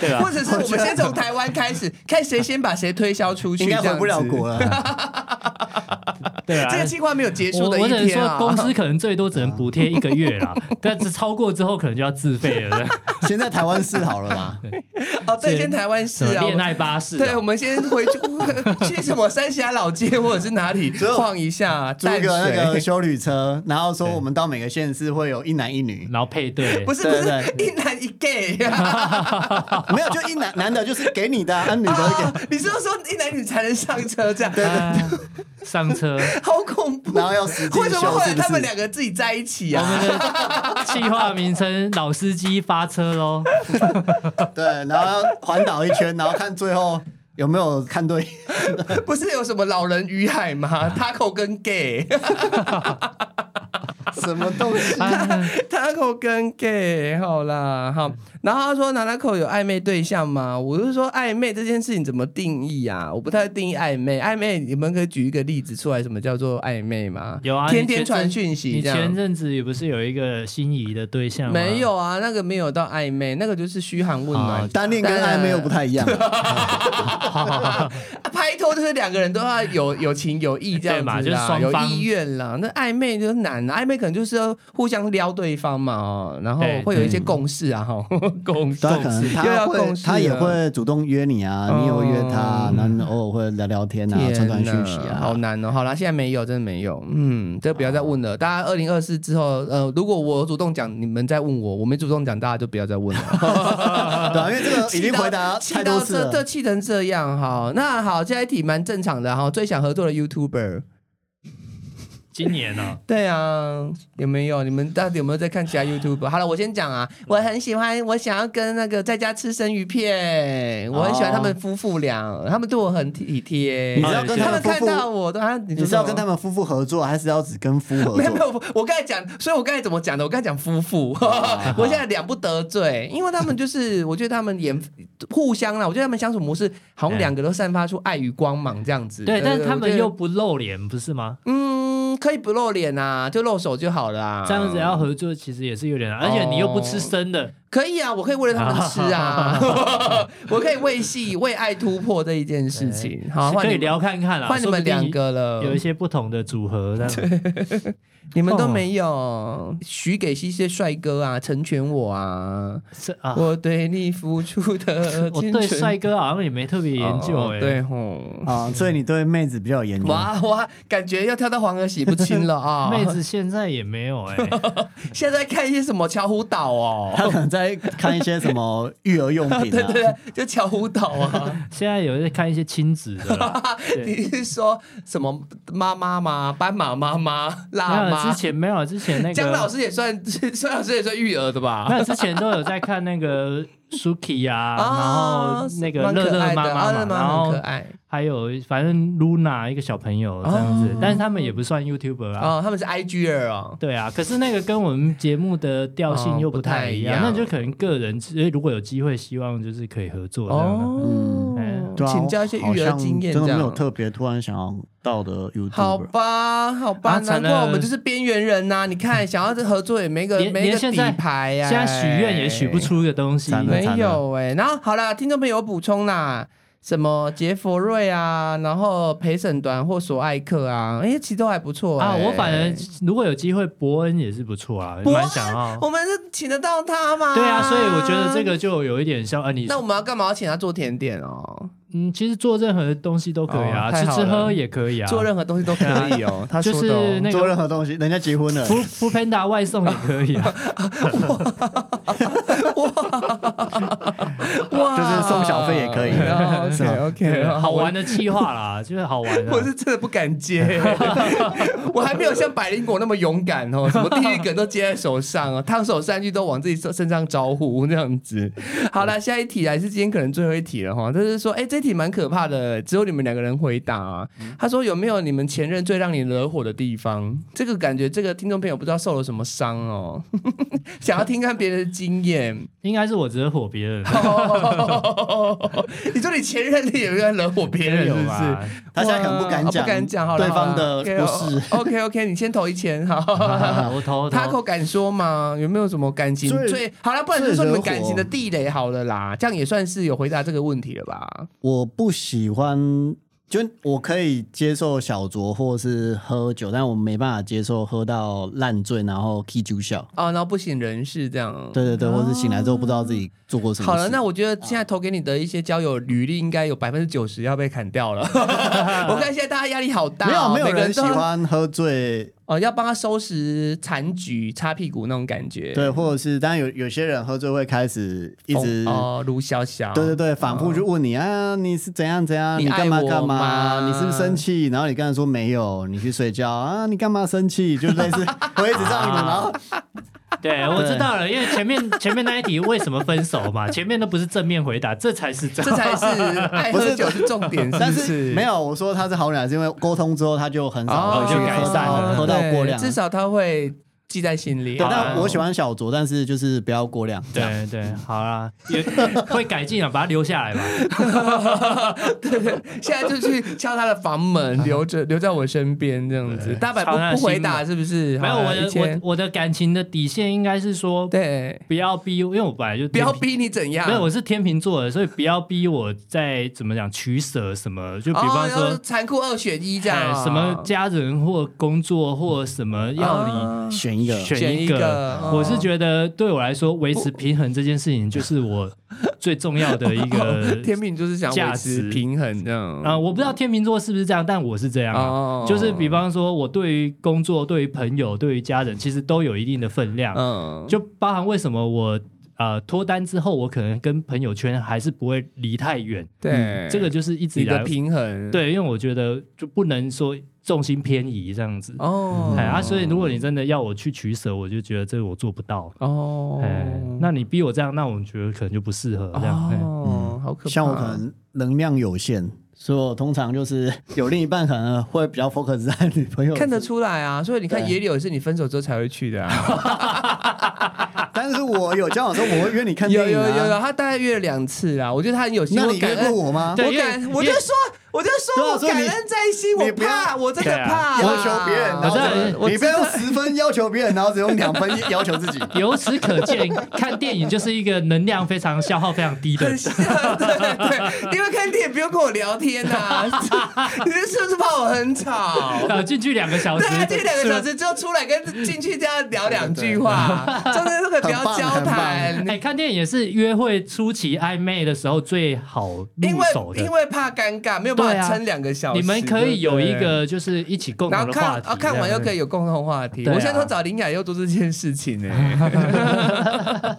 S3: 对
S2: 啊
S3: 吧
S1: 或？者是我们先从台湾开 始，看谁先把谁推销出去，
S2: 应该
S1: 这
S2: 回
S1: 样
S2: 不了
S1: 子
S2: 国。了，
S3: 对啊
S1: 这个。计划没有结束
S3: 我
S1: 的
S3: 我只
S1: 一
S3: 能
S1: 天
S3: 说，
S1: 啊！
S3: 公司可能最多只能补贴一个 月啦，但是超过之后可能就要自费了。
S2: 先在台湾试好了啦。
S1: 哦，对，
S3: 是
S1: 先台湾市
S3: 什么
S1: 啊，
S3: 恋爱巴士啊，
S1: 对，我们先回去去 什么三峡老街或者是哪里
S2: 有
S1: 晃一下，
S2: 租
S1: 淡
S2: 一个那个
S1: 水。
S2: 修旅车，然后说
S3: 对
S2: 我们到每个县市会有一男一女，
S3: 然后配对，
S1: 不是不
S2: 对
S1: 是，
S2: 对
S1: 一男一 gay
S2: 没有就一男男的就是给你的啊，啊女的就
S1: 啊！ 你是不是说一男女才能上车这样？
S3: 啊上车。
S1: 好恐
S2: 给，
S1: 怖！
S2: 然后要实际
S1: 为什么
S2: 秀
S1: 会
S2: 是
S1: 有
S2: 不
S1: 他们
S2: 是？
S1: 两个自己在一起
S3: 我
S1: 啊？
S3: 们的计划名称“老司机发车”喽。
S2: 对，然后要环岛一圈，然后看最后有没有看对。
S1: 不是有什么老人与海吗？Taco 跟 gay，Taco
S2: 什么东西？
S3: 啊
S1: 跟 gay，好啦，好。然后他说 Nanako 有暧昧对象吗？我就说暧昧这件事情怎么定义啊？我不太定义暧昧，暧昧你们可以举一个例子出来，什么叫做暧昧吗？
S3: 有啊，
S1: 天
S3: 你前
S1: 天
S3: 阵
S1: 传讯息
S3: 你
S1: 这
S3: 前
S1: 样。
S3: 阵子也不是有一个心仪的对象吗？
S1: 没有啊，那个没有到暧昧，那个就是嘘寒问暖
S3: 哦，
S2: 单恋跟暧昧又不太一样，
S1: 啊拍拖就是两个人都 要有有情有义这样子啦，
S3: 对嘛就是双
S1: 有
S3: 方
S1: 意愿啦。那暧昧就是难啊，暧昧可能就是要互相撩对方嘛，哦，然后
S3: 对
S1: 会有一些共识啊，哈， 共识
S2: 对啊，可能
S1: 又
S2: 他
S1: 要共
S2: 会
S1: 识了，
S2: 他也会主动约你啊，你也会约他
S1: 哦，
S2: 然后你偶尔会聊聊天啊，
S1: 天
S2: 传传
S1: 呐
S2: 讯息
S1: 好
S2: 啊。
S1: 难哦。好啦，现在没有，真的没有。嗯，这不要再问了。大家二零二四之后，呃，如果我主动讲，你们再问我；我没主动讲，大家就不要再 问了。
S2: 对啊，因为这个已经回答
S1: 气
S2: 太
S1: 到
S2: 多次
S1: 这这
S2: 了。
S1: 气成这样哈。那好，下一题蛮正常的哈。最想合作的 YouTuber，
S3: 今年哦呢、
S1: 对啊，有没有？你们到底有没有在看 其他 YouTube？好了，我先讲啊，
S2: 嗯
S1: 我很喜欢，我想要跟那个在家吃生鱼片，我很喜欢他们夫妇俩，他们对我很体贴
S2: 啊你是。要跟
S1: 他
S2: 他
S1: 们
S2: 们夫
S1: 看
S2: 妇，
S1: 到我都啊，你
S2: 你
S1: 就是
S2: 要跟他们夫妇合作，还是要只跟夫合
S1: 没有没
S2: 作？
S1: 有，我刚才讲，所以我刚才怎么讲的？我刚才讲夫 妇，
S2: 啊
S1: 我现在两不得罪，因为他们就是，我觉得他们演互相啦，我觉得他们相处模式好像两个都散发出爱与光芒这样子。
S3: 对，但是他
S1: 呃我觉
S3: 们
S1: 得
S3: 又不露脸，不是吗？
S1: 嗯，可以不露脸啊，就露手就好了啊。哦
S3: 这样子要合作其实也是有点难，而且你又不吃生的，
S1: 可以啊，我可以为了他们吃 啊，我可以为戏为爱突破这一件事情。好，换
S3: 可
S1: 你
S3: 以
S1: 们，
S3: 聊看看啦。
S1: 换你们两个
S3: 说
S1: 了
S3: 不定，有一些不同的组 合，这样
S1: 你们都没
S3: 哦
S1: 有许给一些帅哥啊，成全我啊。
S3: 是啊。
S1: 我对你付出的
S3: 我
S1: 青
S3: 对
S1: 春
S3: 帅哥好像也没特别研究
S1: 哦
S3: 哎、
S1: 对吼。
S2: 啊，所以你对妹子比较有研究。
S1: 哇哇，感觉要跳到黄河洗不清了啊！
S3: 妹，子现在也没有 哎、
S1: 现在看一些什么巧虎岛
S3: 啊
S1: 哦，
S2: 他可能在看一些什么育儿用 品
S1: 对
S2: 啊
S1: 对，对，就巧虎岛啊。
S3: 现在有在看一些亲子的 啦， 对
S1: 你是说什么妈妈吗？斑马妈妈、
S3: 没
S1: 辣
S3: 有
S1: 妈
S3: 之？前没有之前那个
S1: 姜老师也算， 姜老师也算育儿的吧？
S3: 没有之前都有在看那个 Suki 啊，然后那个
S1: 哦蛮可
S3: 乐乐
S1: 爱的
S3: 妈
S1: 啊乐
S3: 妈嘛，
S1: 乐
S3: 然
S1: 妈很
S3: 后
S1: 可爱
S3: 还有反正 Luna 一个小朋友这样子
S1: 哦，
S3: 但是他们也不算 YouTuber 啊。
S1: 哦，他们是 IG 儿哦。
S3: 对啊，可是那个跟我们节目的调性
S1: 哦
S3: 又不太一样，
S1: 不太一样
S3: 那就可能个人，所以如果有机会，希望就是可以合作这样的。
S1: 哦
S3: 嗯，
S2: 对啊
S1: 请教一些
S2: 好
S1: 育儿
S2: 像
S1: 经验，
S2: 真
S1: 这
S2: 的
S1: 样
S2: 没有特别突然想要到的 YouTube。
S1: 好吧，好吧，
S3: 啊
S1: 难
S3: 惨了嗯
S1: 怪我们就是边缘人啊呐、你看，想要合作也没个
S3: 连
S1: 没个
S3: 连现
S1: 底
S3: 在
S1: 牌呀、
S3: 现在许愿也许不，出个东西，
S2: 惨了
S1: 没有哎、然后好了，听众朋友有补充啦，什么杰佛瑞啊，然后陪审团或索爱克啊，哎、其实都还不错、
S3: 啊！
S1: 哎
S3: 我反而如果有机会，伯恩也是不错啊，
S1: 伯恩
S3: 蛮想要。
S1: 我们是请得到他吗？
S3: 对啊，所以我觉得这。个就有一点像啊，你
S1: 那我们要干嘛要请他做甜点哦？
S3: 嗯，其实做任何东西都可以啊，
S1: 哦太
S3: 吃
S1: 好
S3: 吃
S1: 了
S3: 喝也可以啊，
S1: 做任何东西都可以哦。他说
S3: 就
S1: 的、哦
S3: 是那
S2: 做
S3: 个
S2: 任何东西，人家结婚了，
S3: f o o Panda 外送也可以 啊，
S1: 哇
S2: 就是送小费也 可以是
S1: OK
S2: 吗
S1: OK，
S3: 啊好玩的计划啦， 就是好玩啊。
S1: 啊我是真的不敢接，我还没有像百灵果那么勇敢哦，什么地狱梗都接在手上哦，烫手山芋都往自己身上招呼这样子。好了，下一题还是今天可能最后一题了哈，就是说，哎、这题蛮可怕的，只有你们两个人回答、啊。他说有没有你们前任最让你惹火的 地方？这个感觉，这个听众朋友不知道受了什么伤哦，想要听看别人经 验。
S3: 应该是我只是火别人，
S1: 你说你前任也有在惹火别人，是不
S3: 有
S1: 是？
S3: 吧？
S2: 他现在可能不敢
S1: 哇
S2: 讲，
S1: 不敢讲，好了，
S2: 对方的不是。
S1: OK 哦 OK，你先投一千，好。
S3: 我投我
S1: 他
S3: 投
S1: 口敢说吗？有没有什么感情
S2: 最
S1: 最好了？不然就说你们
S2: 最惹
S1: 感
S2: 火
S1: 情的地雷好了啦，这样也算是有回答这个问题了吧？
S2: 我不喜欢，就我可以接受小酌或是喝酒，但我没办法接受喝到烂醉然后 K 酒笑。
S1: 啊，然后不省人事这样。
S2: 对对对，或是醒来之后不知道自己做过什么事。
S1: 嗯好了，那我觉得现在投给你的一些交友履历，应该有百分之九十要被砍掉 了。我看现在大家压力好大、
S2: 没有
S1: 哦，
S2: 没有
S1: 每个
S2: 人
S1: 人
S2: 喜
S1: 都要
S2: 欢喝醉，
S1: 哦，要帮他收拾残局、擦屁股那种感觉。
S2: 对，或者是当然有有些人喝醉会开始一
S1: 疯，
S2: 直，
S1: 哦，卢小小，
S2: 对对对，反复就问你啊，你是怎样怎样，
S1: 你
S2: 你干嘛
S1: 爱我
S2: 干
S1: 吗
S2: 嘛，你是不是生气？然后你刚才说没有，你去睡觉啊，你干嘛生气？就类似 我一直这样子，然
S1: 啊
S2: 后
S3: 对，我知道了，因为前面前面那一题为什么分手嘛， 前面都不是正面回答，这才是这
S1: 这才是 爱喝酒是重点，
S2: 但
S1: 不
S2: 是
S1: 是？
S2: 没有，我说他是好啊女孩，是因为沟通之后他就很少
S1: 哦，
S2: 会去
S3: 就改
S2: 喝
S3: 善
S2: 到
S3: 了
S2: 喝到过
S1: 对
S2: 量。
S1: 至少他会记在心里。
S2: 对，
S1: 好
S2: 但
S3: 哦
S1: 啦
S2: 我喜欢小酌，但是就是不要过量。这样
S3: 对对，好啦，也会改进啊，把它留下来吧。
S1: 对对，现在就去敲他的房门，留 着留在我身边这样子。大白
S3: 敲他的
S1: 不不回答
S3: 心
S1: 是不是？
S3: 没有
S1: 好啦
S3: 我
S1: 啊一
S3: 的我
S1: 千
S3: 我的感情的底线应该是说，
S1: 对，
S3: 不要逼，因为我本来就
S1: 不要
S3: 天
S1: 逼啊你怎样。
S3: 没有，我是天秤座的，所以不要逼我在怎么讲取舍什么，就比方
S1: 哦
S3: 说、
S1: 然后残酷二选一这样
S3: 哎
S1: 啊，
S3: 什么家人或工作或什么要
S1: 啊
S2: 选一个
S3: 你选
S1: 选
S3: 一
S1: 一
S3: 个。
S1: 个哦
S3: 我是觉得对我来说，维持平衡这件事情就是我最重要 的一个
S1: 哦天秤就是想
S3: 价
S1: 维持
S3: 值
S1: 平衡这样
S3: 啊、我不知道天秤座是不是这样，但我是这样、啊。
S1: 哦
S3: 就是比方说，我对于工作、对于朋友、对于家人，其实都有一定的分量。
S1: 嗯，
S3: 就包含为什么我呃脱单之后，我可能跟朋友圈还是不会离太远。
S1: 对
S3: 嗯这个就是一直
S1: 你
S3: 以来
S1: 的平衡
S3: 对，因为我觉得就不能说重心偏移这样子。
S1: 哦，
S3: 哎啊，所以如果你真的要我去取舍，我就觉得这个我做不到。
S1: 哦
S3: 哎，那你逼我这样，那我觉得可能就不适合这样。哎
S1: 哦，好可怕，
S2: 嗯像我可能能量有限，所以我通常 就是有另一半可能会比较 focus 在女朋友。
S1: 看得，出来啊，所以你看
S2: 对
S1: 野柳也是你分手之后才会去的啊，
S2: 但是我有交往的时候，我会约你 看
S1: 有
S2: 电影
S1: 有有
S2: 啊。
S1: 有，他大概约了两次啊，我觉得他很有心，
S2: 那
S1: 我
S2: 你
S1: 感
S2: 约过
S1: 恩。
S2: 我吗？
S3: 对
S1: 我
S3: 因为
S1: 感，
S3: 因为
S1: 我就说，我就
S2: 对
S1: 说，
S2: 啊
S1: 我
S2: 所以
S1: 感
S2: 你
S1: 恩在心，
S2: 你
S1: 我
S2: 不要
S1: 怕，我真的
S3: 对啊
S1: 怕
S2: 要求别人，然
S3: 我
S2: 后
S3: 知道
S2: 怎么
S1: 我
S2: 你不要用十分要求别人，然后只用两分要求自己。
S3: 哎由此可见，看电影就是一个能量非常消耗非常低的
S1: 很。像，对对，因为看电影不用跟我聊天 呐、你是不是怕我很吵？
S3: 呃，进去两个小时，哎
S1: 对啊，这两个小
S3: 是吧。
S1: 时之后出来跟进去这样聊两句话，中间这个不要交谈，
S3: 哎，看电影也是约会初期暧昧的时候最好
S1: 因
S3: 入
S1: 为
S3: 手
S1: 因
S3: 的。啊
S1: 为怕尴尬，没有办法撑两个小时。
S3: 你们可以有一
S1: 对不对。
S3: 个就是一起共
S1: 然后
S3: 同的话
S1: 看，
S3: 题
S1: 啊，，看完又可
S3: 以。
S1: 以有共同话题。
S3: 对啊
S1: 我现在都找林雅又做这件事情呢、 欸，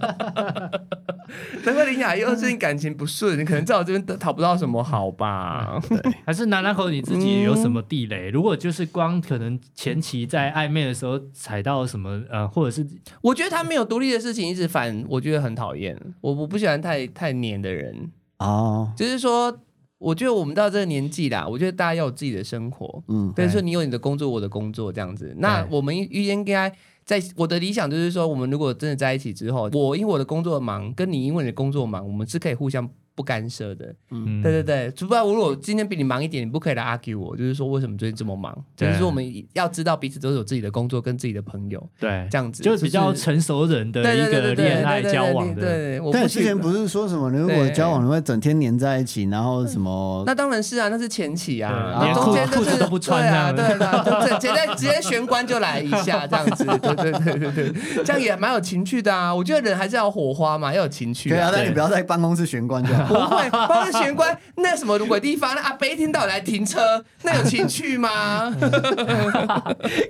S1: 难怪林雅又最近感情不顺，你可能在我这边讨不到什么好吧？
S3: 还是南南口你自
S1: 嗯
S3: 己有什么地雷？如果就是光可能前期在暧昧的时候踩到什么呃，或者是
S1: 我觉得他没有独立的事情一直反，我觉得很讨厌。我我不喜欢太太黏的人，
S2: 哦，
S1: 就是说，我觉得我们到这个年纪啦，我觉得大家要有自己的生活。
S2: 嗯，
S1: 比如说
S3: 对
S1: 你有你的工作，我的工作这样子。那
S3: 对
S1: 我们应该在我的理想就是说，我们如果真的在一起之后，我因为我的工作忙，跟你因为你的工作忙，我们是可以互相不干涉的。
S3: 嗯，
S1: 对对对，除非我如果今天比你忙一点，你不可以来 argue 我，就是说为什么最近这么忙？就
S3: 对
S1: 是说我们要知道彼此都有自己的工作跟自己的朋友
S3: 对，
S1: 这样子，
S3: 就是比较
S1: 是
S3: 成熟人的
S1: 对
S3: 一
S1: 对对
S3: 个
S1: 对对
S3: 恋爱
S1: 对对
S3: 交
S1: 对对
S3: 往的。
S1: 对，我
S2: 但
S1: 不
S2: 之前不是说什么，如果
S1: 对
S2: 交往你会整天黏在一起，然后什么？
S1: 那当然是啊，那是前期啊，
S3: 对
S1: 然后
S2: 连
S1: 中
S2: 裤
S1: 间就
S3: 裤
S1: 是
S3: 子都不穿
S1: 对啊，
S3: 这
S1: 对啊，对 啊，直接直接玄关就来一下这样子，对对对对对，这样也蛮有情趣的啊。我觉得人还是要有火花嘛，要有情趣
S2: 对啊，
S1: 啊。
S2: 但你不要在办公室玄关就 好。
S1: 不会，包括玄关那什么鬼地方，那阿北一天到晚来停车，那有情趣吗？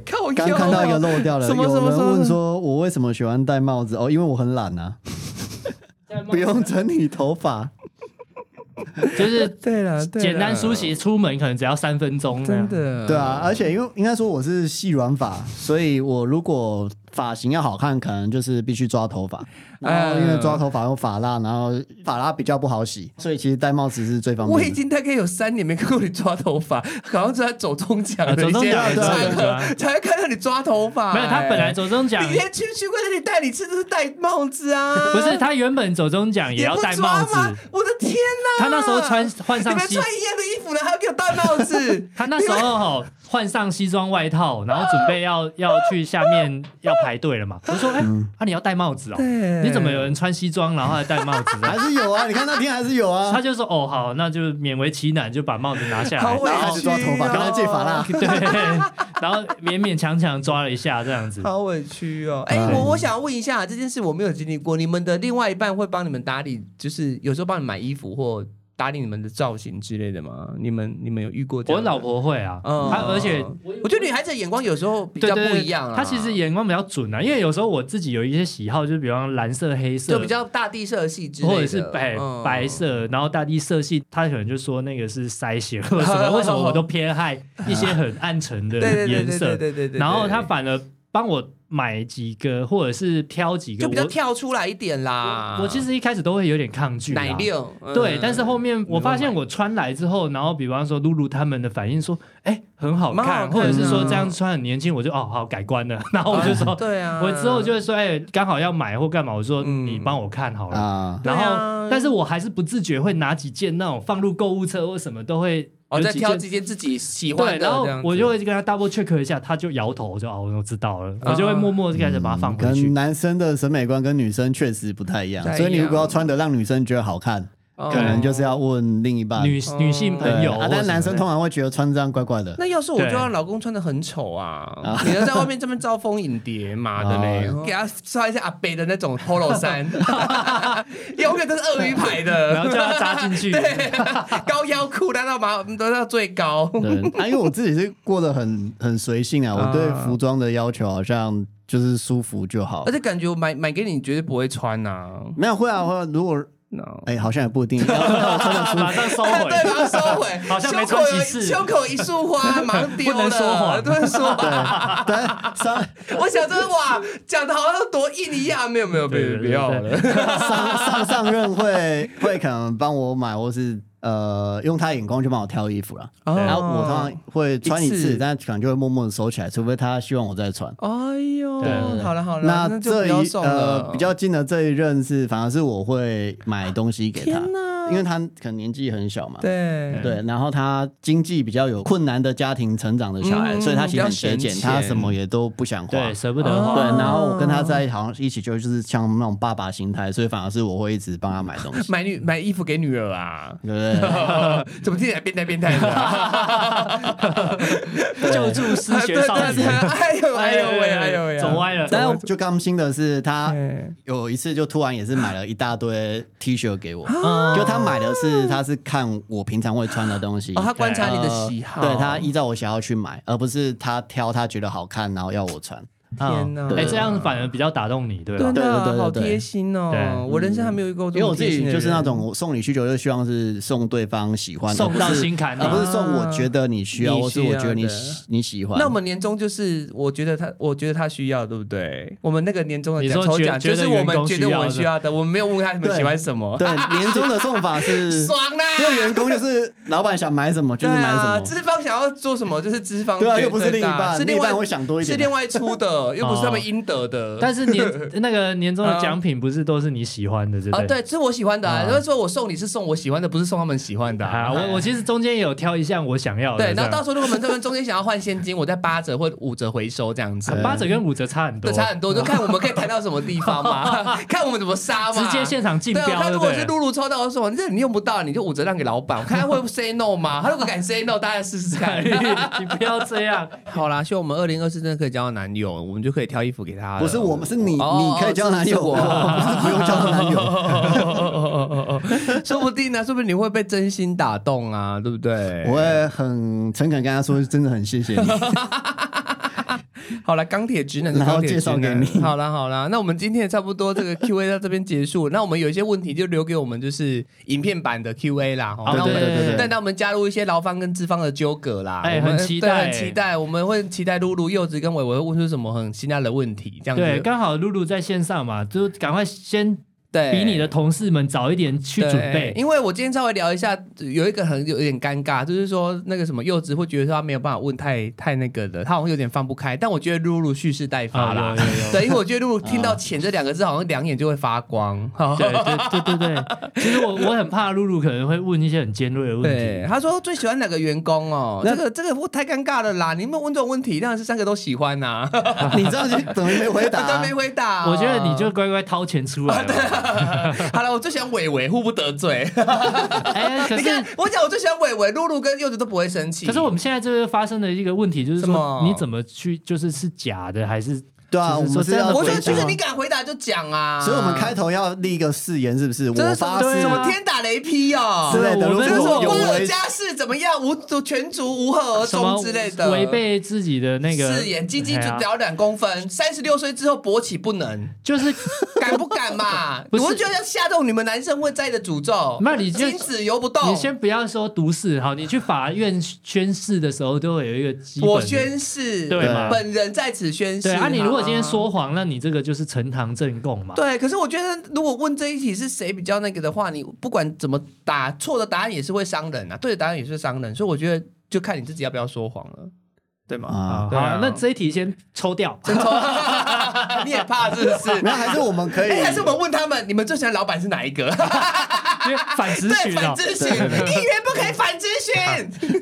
S1: 靠
S2: 刚看到一个
S1: 腰，啊
S2: 漏掉了，
S1: 什么
S2: 有
S1: 什么什
S2: 人
S1: 么
S2: 问说我为什么喜欢戴帽子？哦，因为我很懒啊， 不用整理头发。
S3: 就是
S1: 对了， 对啦
S3: 简单梳，洗，出门可能只要三分钟。
S2: 啊
S1: 真，的，
S2: 呃对啊，而且因为应该说我是细软发，所以我如果发型要好看，可能就是必须抓头发，然后因为抓头发用发蜡，然后发蜡比较不好洗，所以其实戴帽子是最方
S1: 我已
S2: 便的。
S1: 经大概有三年没看过你抓头发，好像是在走中奖
S3: 啊
S1: 的
S3: 走
S1: 一
S3: 中
S1: 些
S3: 奖
S1: 场
S2: 对啊对啊
S3: 对啊
S1: 合才会看到你抓头发。
S3: 没有，他本来
S1: 哎
S3: 走 中奖
S1: 你连去去柜那里带你吃，就是戴帽子啊，
S3: 不是他原本走中奖
S1: 也
S3: 也要
S1: 不
S3: 戴
S1: 抓
S3: 帽
S1: 吗
S3: 子，？
S1: 我的天哪！
S3: 他那时候穿换
S1: 你
S3: 上
S1: 们
S3: 西？
S1: 穿，一样的衣服了，还要给我戴帽子
S3: 他那时候吼换上西装外套，然后准备要要去下面要排队了嘛。我说哎，啊你要戴帽子哦？
S1: 嗯对
S3: 你怎么有人穿西装然后还戴帽子呢
S2: 还？是有啊，你看那 天还是有啊
S3: 他，就说哦好，那就勉为其难就把帽子拿下
S1: 好
S3: 来。
S1: 委
S2: 然后
S1: 屈
S2: 去抓头发，
S1: 哦
S2: 然后借发蜡。
S3: 对，然后勉勉强强抓了一下这样子。
S1: 好委屈哦！哎、
S2: 哎
S1: 我我想问一下，这件事我没有经历过。你们的另外一半会帮你们打理，就是有时候帮你买衣服或打理你们的造型之类的吗？你们你们有遇过这
S3: 我
S1: 样的？
S3: 老婆会啊，
S1: 嗯，
S3: 她而且
S1: 我觉得女孩子的眼光有时候比
S3: 对
S1: 较
S3: 对
S1: 不
S3: 对
S1: 一样啊。
S3: 她其实眼光比较准啊，因为有时候我自己有一些喜好，就比方蓝色、黑色，
S1: 就比较大地色系之类的，
S3: 或者是白、
S1: 嗯
S3: 白。色，然后大地色系，他可能就说那个是筛选或者 什么，为什么我都偏爱一些很暗沉的
S1: 对对对
S3: 颜
S1: 对
S3: 色
S1: 对，对对对。
S3: 然后他
S1: 对
S3: 反而帮我买几个，或者是挑几个，
S1: 就比较
S3: 我
S1: 跳出来一点啦。
S3: 我其实一开始都会有点抗拒啦
S1: 奶六，
S3: 对
S1: 嗯，
S3: 但是后面我发现我穿来之后，然后比方说露露他们的反应说，哎，很好
S1: 蛮好
S3: 看，
S1: 看
S3: 或者是说
S1: 的
S3: 这样穿很年轻，我就哦好改观了，然后我就说，
S1: 对啊，
S3: 我之后就会说，哎，刚好要买或干嘛，我说
S1: 嗯
S3: 你帮我看好 了，
S2: 啊，
S1: 对
S3: 然
S1: 啊
S3: 后，但是我还是不自觉会拿几件那种放入购物车或什么都会
S1: 哦，
S3: 有
S1: 再
S3: 几
S1: 挑
S3: 件
S1: 几件自己喜
S3: 对，
S1: 欢的，
S3: 然后
S1: 这样子
S3: 我就会跟他 double check 一下，他就摇头，我就哦，我知道了，我就会默默地开始把它放
S2: 可
S3: 回去
S2: 能。男生的审美观跟女生确实不太一样
S1: 不太，一样
S2: 所以你如果要穿的让女生觉得好看，
S1: 哦
S2: 可能就是要问另一半。
S3: 女
S1: 哦
S3: 女性
S2: 对
S3: 朋友或什
S2: 啊
S3: 么的，，
S2: 但男生通常会觉得穿这样怪怪的。
S1: 那要是我就
S3: 对
S1: 让老公穿的很丑啊，你要在外面这边招蜂引蝶，妈的嘞！给他穿一下阿北的那种 polo 衫， 永远都是鳄鱼牌的，
S3: 然后叫他扎进去
S1: 对， 高腰裤拉到马拉到最高。
S2: 对，啊，因为我自己是过得很很随性啊，我对服装的要求好像就是舒服就好
S1: 而。且感觉我买买给你，你绝对不会穿呐、
S2: 没有会啊会啊，如果
S1: no。
S2: 哎、好像也不一定，要穿的舒
S3: 马上收回
S1: 对，马上收回，
S3: 好像没
S1: 胸
S3: 穿
S1: 口
S3: 几
S1: 有
S3: 次
S1: 胸口一束花，马上丢了，
S3: 不能 说谎
S1: 不能说
S2: 对
S1: 谎。，
S2: 但上
S1: 我想说，哇，讲的好像多硬一样，没有没有，没
S3: 对
S1: 有
S3: 对
S1: 不要
S3: 对
S1: 了。
S2: 上上上任会会可能帮我买，或是呃用他眼光去帮我挑衣服啦。
S1: 哦
S2: 然后我通常会穿一
S1: 一
S2: 次
S1: 次，
S2: 但可能就会默默的收起来，除非他希望我再穿。
S1: 哎呦
S3: 对对，对
S1: 好了好了，那就
S2: 这
S1: 不要
S2: 一
S1: 送
S2: 呃
S1: 了，
S2: 比较近的这一任是，反而是我会买东西给他
S1: 天，哪，
S2: 因为他可能年纪很小嘛。
S1: 对
S2: 对，然后他经济比较有困难的家庭成长的小孩，
S1: 嗯
S2: 所以他其实很节
S1: 比较
S2: 俭，
S1: 省钱
S2: 他什么也都不想花
S3: 对，。舍不得
S1: 哦
S3: 花
S2: 对，。然后我跟他在好像一起就就是像那种爸爸心态，所以反而是我会一直帮他买东西，，
S1: 买女买衣服给女儿啊
S2: 对不对？
S1: 怎么听起来变态变态的啊？
S3: 救助失学少
S1: 对对
S3: 女
S1: 对，哎呦 哎呦喂哎呦喂，哦
S3: 走歪了。
S2: 但 就刚心的是，他
S1: 哎。
S2: 有一次就突然也是买了一大堆 T 恤给我，
S1: 啊
S3: 嗯
S2: 就他买的是他是看我平常会穿的东西，
S1: 哦，他观察你的
S2: 呃
S1: 喜好，
S2: 对他依照我想要去买，而不是他挑他觉得好看然后要我穿。
S1: 天哪
S3: 哎，这样反而比较打动你，对吧
S1: 真？的
S2: 对对对对
S1: 好贴心哦！
S3: 对
S1: 我人生还没有遇过这
S2: 因为
S1: 么
S2: 我自
S1: 贴
S2: 己
S1: 心的人，
S2: 就是那种我送你需求，就希望是送对方喜欢的，
S3: 送到
S2: 而不是
S3: 心坎里
S1: 啊
S2: 而不是送我觉得你需要，
S1: 你
S2: 或是我觉得你
S1: 需要的
S2: 喜你喜欢。
S1: 那我们年终就是，我觉得他，我觉得他需要，对不对？我们那个年终的
S3: 你
S1: 奖
S3: 说
S1: 抽
S3: 觉
S1: 奖，就
S3: 觉得
S1: 是我
S3: 员
S1: 们
S3: 工
S1: 觉
S3: 需
S1: 得我
S3: 要
S1: 们
S3: 的
S1: 需要的，我们没有问他你们
S2: 对
S1: 喜欢什么，
S2: 对年终的送法是，
S1: 爽啦！
S2: 因为员工就是老板想买什么就
S1: 对
S2: 是买
S1: 啊，
S2: 什么。
S1: 资方想要做什么就是资方
S2: 对啊
S1: 决
S2: 又不是
S1: 定的啊
S2: 另一半
S1: 是另
S2: 另一
S1: 外
S2: 半会想多一点哦
S1: 是另外出 的，又不是他们应得的。
S3: 但 是年那个年终的奖品不是都是你喜欢的，对不
S1: 啊，
S3: 对？
S1: 嗯对，是我喜欢的
S2: 哦
S1: 啊。
S3: 啊
S1: 因为说我送你是送我喜欢的，不是送他们喜欢的
S3: 啊，我我其实中间也有挑一项我想要的，
S1: 对，然后
S3: 这
S1: 到
S3: 样
S1: 时候如果我们这边中间想要换现金，我再八折或五折回收这样 子。
S3: 啊八折跟五折差很多嗯
S1: 对，，差很多，就看我们可以谈到什么地方嘛， 看我们怎么杀嘛。
S3: 直接现场竞
S1: 对啊，
S3: 标，
S1: 他
S3: 对
S1: 如
S3: 不
S1: 果是
S3: 对？
S1: 露露抽到的时候，这你用不到，你就五折让给老板，我看他 会 say no 吗？他如果敢 say no，大家试试看。
S3: 你不要 这样，
S1: 好啦，希望我们二零二四真的可以交到男友，我们就可以挑衣服给他了。
S2: 不是我们，是你，
S1: 哦
S2: 你可以交男
S1: 是
S2: 友，
S1: 我
S2: 我 不是不用交男友。
S1: 说不定呢，说不定你会被真心打动啊，对不对？
S2: 我会很诚恳跟他说，真的很谢谢你。
S1: 好了，钢铁直男的
S2: 然后
S1: 钢铁
S2: 介
S1: 直
S2: 绍给
S1: 男。
S2: 你
S1: 好啦好啦，那我们今天也差不多这个 Q&A 到这边结束。那我们有一些问题就留给我们就是影片版的 Q&A 啦。哦
S3: 哦
S1: 那我们
S3: 对对对
S1: 但当我们加入一些劳方跟资方的纠葛啦，
S3: 哎
S1: 我们
S3: 很期待
S1: 对很期待，我们会很期待露露、柚子跟伟伟会问出什么很辛辣的问题，这样子。
S3: 对，刚好露露在线上嘛，就赶快先
S1: 对，
S3: 比你的同事们早一点去准
S1: 对
S3: 备。
S1: 因为我今天稍微聊一下，有一个很有点尴尬，就是说那个什么柚子会觉得说他没有办法问太太那个的，他好像有点放不开。但我觉得露露蓄势待发
S3: 啊，
S1: 啦。
S3: 有有有，
S1: 对，因为我觉得露露听到“钱”这两个字，好像两眼就会发光。
S3: 对对对对对，其实我我很怕露露可能会问一些很尖锐的问
S1: 对，
S3: 题。
S1: 他说最喜欢哪个员工哦？这个这个不太尴尬了啦！你们问这种问题，当然是三个都喜欢呐、
S2: 你这样就等于没回答、
S1: 他没回答、
S3: 我觉得你就乖乖掏钱出来哦吧。
S1: 好了。我最喜欢伟伟，互不得 罪。
S3: 哎，可
S1: 你
S3: 是
S1: 看，我讲我最喜欢伟伟，露露跟柚子都不会生气。
S3: 可是我们现在这个发生的一个问题就是
S1: 什
S3: 说
S1: 么，
S3: 你怎么去就是是假的还是
S2: 对啊，
S3: 就
S2: 我们
S3: 是说
S2: 是要
S3: 真的
S1: 我
S2: 回
S1: 觉
S2: 答
S1: 得就是你敢回答就讲啊。
S2: 所以我们开头要立一个誓言，是不是？
S1: 这
S2: 我
S1: 是什么
S2: 发
S3: 对
S2: 誓
S1: 什
S3: 啊
S1: 么天打雷劈哦？
S2: 之类的。
S3: 我
S2: 如
S3: 们
S1: 就是
S2: 果
S1: 我
S2: 有
S1: 光
S2: 违
S1: 尔家事怎么样，无全族无合而
S3: 什么
S1: 终之类的，
S3: 违背自己的那个
S1: 誓言，鸡鸡
S3: 哎
S1: 就
S3: 呀
S1: 只要两公分，三十六岁之后勃起不能，
S3: 就是
S1: 敢不敢嘛？
S3: 不是
S1: 我觉得要下这种你们男生会在意的诅咒，
S3: 那你就
S1: 精子游不动
S3: 你。先不要说毒誓，好，你去法院宣誓的时候都会有一个基本的
S1: 我宣誓，
S3: 对
S2: 嘛
S1: 本人在此宣誓。
S3: 对啊，你如果今天
S1: 好吗
S3: 说谎，那你这个就是呈堂证供嘛。
S1: 对，可是我觉得如果问这一题是谁比较那个的话，你不管怎么答，错的答案也是会伤人啊，对的答案也是伤人，所以我觉得就看你自己要不要说谎了，对吗？
S3: 啊
S2: 啊，
S1: 对啊
S3: 好，那这一题先 抽掉。
S1: 真抽， 你也怕是不是？
S2: 没有，还是我 们可以
S1: 哎，还是我们问他们，你们最喜欢老板是哪一个？
S3: 因为反 咨
S1: 对，
S3: 询
S1: 反
S3: 哦，
S1: 咨询，议员不可以反咨询。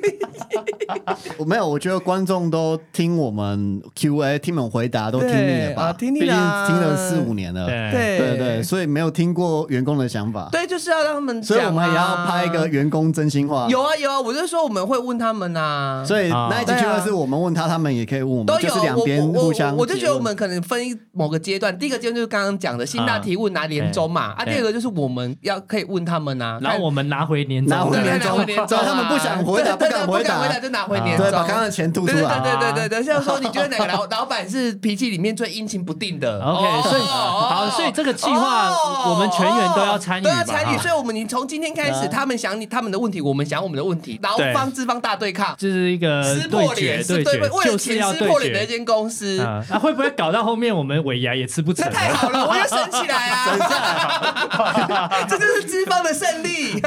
S2: 我没有，我觉得观众都听我们 Q&A，听我们回答都听腻了
S1: 对啊
S2: 吧？
S1: 听腻
S2: 毕竟听
S1: 啦
S2: 了四五年了。
S3: 对
S1: 对
S2: 对对，所以没有听过员工的想法，
S1: 对，就是要让他们讲
S2: 所
S1: 啊，
S2: 以我们也要拍一个员工真心话。
S1: 有啊有啊，我就说我们会问他们啊。
S2: 所以
S3: 啊
S2: 那一集
S1: 对啊
S2: 就会是我们问他，他们也可以问我们
S1: 都，
S2: 就
S1: 有，
S2: 是两边
S1: 我我
S2: 互相
S1: 我我就觉得我
S2: 诘问
S1: 们可能分一某个阶段，第一个阶段就是刚刚讲的辛
S2: 啊
S1: 辣提问拿年终嘛，啊，
S3: 对
S1: 第二个就是我们要可以问他们啊，
S3: 然后我们拿回年终。
S2: 拿回
S1: 对
S2: 年终
S1: 拿回年终啊，
S2: 所以他们不想回答
S1: 对对
S2: 不敢
S1: 对
S2: 回答
S1: 回答就拿回年终，
S2: 对，把刚刚的钱吐
S1: 对
S2: 出
S1: 对
S2: 来。
S1: 对对 对对，像说你觉得哪个老 老板是脾气里面最阴晴不定的
S3: OK，所以
S1: 哦
S3: 好，所以这个计划
S1: 哦
S3: 我们全员都要参与
S1: 都
S3: 吧，
S1: 要参与。
S3: 哈
S1: 所以我们你从今天开
S2: 对
S1: 始，
S2: 啊
S1: 他们想你他们的问题，我们想我们的问题，劳
S3: 对
S1: 方资方大对抗，
S3: 这是一个
S1: 撕
S3: 对
S1: 破
S3: 决，
S1: 脸是
S3: 对
S1: 对
S3: 决
S1: 为
S3: 就
S1: 了
S3: 是
S1: 钱
S3: 要
S1: 撕破
S3: 对
S1: 脸的一
S3: 决。
S1: 间公司。
S3: 啊，那会不会搞到后面我们尾牙也吃不成啊
S1: 那
S3: 了？
S1: 太好了，我就生起来啊！ 这就是资方的胜 利。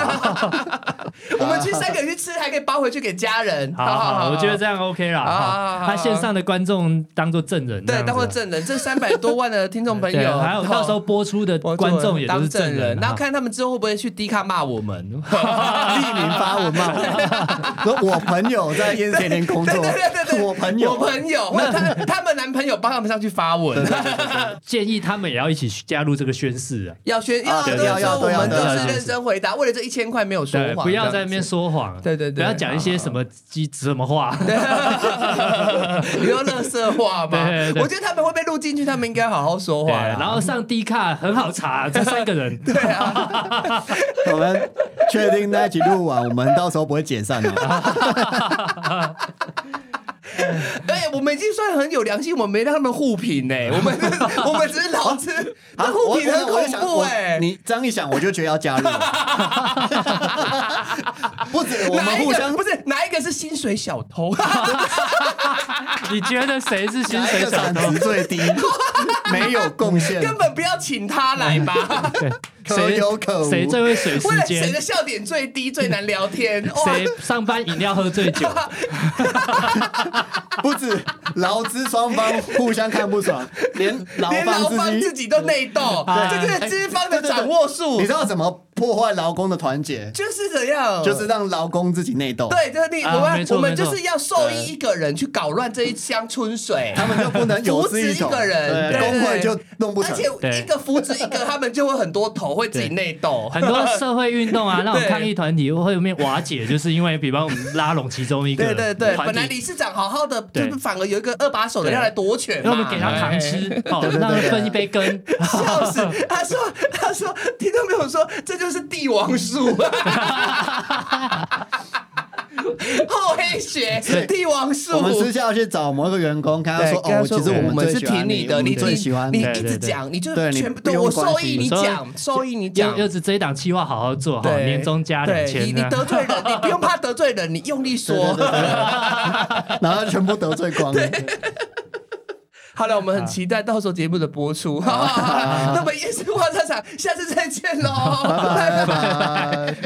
S1: 我们去三个人去吃，还可以包回去给家人。
S3: 好好好，我觉得这样 OK 啦。
S1: 好好好
S3: 哈
S1: 好
S3: 他线
S1: 好
S3: 上的观众当做证人这
S1: 对，
S3: 样子啊，
S1: 当过证人，这三百多万 的听众朋
S3: 对
S1: 友，
S3: 还有到时候播出的
S1: 哦
S3: 观众也都
S1: 当
S3: 是
S1: 证
S3: 人
S1: 人，
S3: 啊，
S1: 然后看他们之后会不会去低卡骂我 们。
S2: 匿名发 文嘛，说我朋友在烟田田工作
S1: 对对对对，，
S2: 我朋友
S1: 我朋友，或者他他们男朋友帮他们上去发文，啊
S3: 建议他们也要一起加入这个宣誓啊，
S1: 要宣
S2: 啊
S1: 要
S2: 对
S1: 都
S2: 要
S1: 说
S2: 要
S1: 我
S2: 都要
S1: 们
S2: 都
S1: 都
S2: 要
S1: 是认真回答，为了这一千块没有说
S3: 对，
S1: 谎，
S3: 不要
S1: 这
S3: 在
S1: 样
S3: 那
S1: 子
S3: 边说谎，
S1: 对对对
S3: 不要讲一些什么鸡什么话，
S1: 你说乐色话吗？
S3: 对对对
S1: 我觉得他们会被录进去，他们应该好好说
S3: 对，
S1: 话啦。
S3: 然后上 D 卡很好查，这三个人，
S1: 对啊，
S2: 我们确定那一集录完，我们到时候不会解散哦。
S1: 哎，我们已经算很有良心，我们没让他们互评呢、我们我们只是老 吃，
S2: 啊
S1: 这互
S2: 我
S1: 评很
S2: 我我就
S1: 恐
S2: 想
S1: 怖
S2: 我
S1: 哎、
S2: 你这样一想，我就觉得要加 入了。不止我
S1: 哪
S2: 们
S1: 一
S2: 互
S1: 个
S2: 相
S1: 不是哪一个是薪水小 偷？
S3: 你觉得谁是薪
S2: 哪一
S3: 水
S2: 个
S3: 小
S2: 产
S3: 偷？
S2: 值最 低，没有贡献，
S1: 根本不要请他来 吧。
S3: 对，
S2: 可
S3: 谁
S2: 有可无。
S3: 谁最会水
S1: 为
S3: 时
S1: 了谁
S3: 间
S1: 的？笑点最低、最难聊天？哇，
S3: 谁上班饮料喝醉酒？
S2: 不止劳资双方互相看不 爽，连劳
S1: 连劳
S2: 方
S1: 方
S2: 自
S1: 自
S2: 己。
S1: 己
S2: 哎
S1: 都内 斗，这就是资方的掌握术
S2: 你知，道怎么破坏劳工的团结？
S1: 就是这样，
S2: 就是让劳工自己内斗。
S1: 呃对，就是你、
S3: 啊
S1: 我
S3: 没
S1: 们
S3: 错
S1: 我们
S3: 没错
S1: 就是要受益一个人去搞乱这一箱春水，
S2: 他们就不能 有
S1: 扶
S2: 志
S1: 持一
S2: 同，
S1: 个人，
S2: 对
S1: 对
S2: 工会就弄不
S1: 而
S2: 成。
S1: 且一个扶持一个，他们就 会很多头，会自己内斗。
S3: 很多社会运动啊，那种
S1: 对
S3: 抗议团体会有面瓦解，就是因为比方我们拉拢其中一个
S1: 对对对，
S3: 团
S1: 本来
S3: 体
S1: 理事长好好的，就
S3: 对
S1: 是反而有一个二把手的
S3: 对
S1: 要来夺权
S3: 让
S1: 嘛，哎
S3: 我们给他糖吃， 哦，
S2: 对对对
S3: 让他
S2: 对
S3: 分一杯 羹，
S1: 笑死！他说：“他说，听众朋友说，这 就是帝王术，厚黑学
S2: 对
S1: 帝王术
S2: 我。们私下去找某一个员工，跟他说：“
S1: 对跟
S2: 哦，
S1: 他说
S2: 其实
S1: 我
S2: 们
S1: 是
S2: 最喜欢
S1: 挺
S2: 你
S1: 的，
S2: 我
S1: 你
S2: 们最
S1: 你
S2: 喜欢
S1: 你
S2: 你。
S1: 一
S3: 对
S1: 直
S3: 对对
S1: 讲，你就
S2: 对你
S1: 全部
S2: 不
S1: 都
S2: 用
S1: 我
S2: 关
S1: 受
S2: 心
S1: 益你
S3: 所以
S1: 讲，受益你讲
S3: 要，要是这一档计划好好做好，
S1: 对，
S3: 年终加两
S1: 对你
S3: 千
S1: 你
S3: 呢。
S1: 得罪人，你不用怕得罪人，你用力说。
S2: 对对对对然后全部得罪光了。
S1: 好了，我们很期待到时候节目的播 出。 好好好好那我们夜市花车场，下次再见喽，
S2: 啊 拜
S1: 拜拜。
S2: 拜。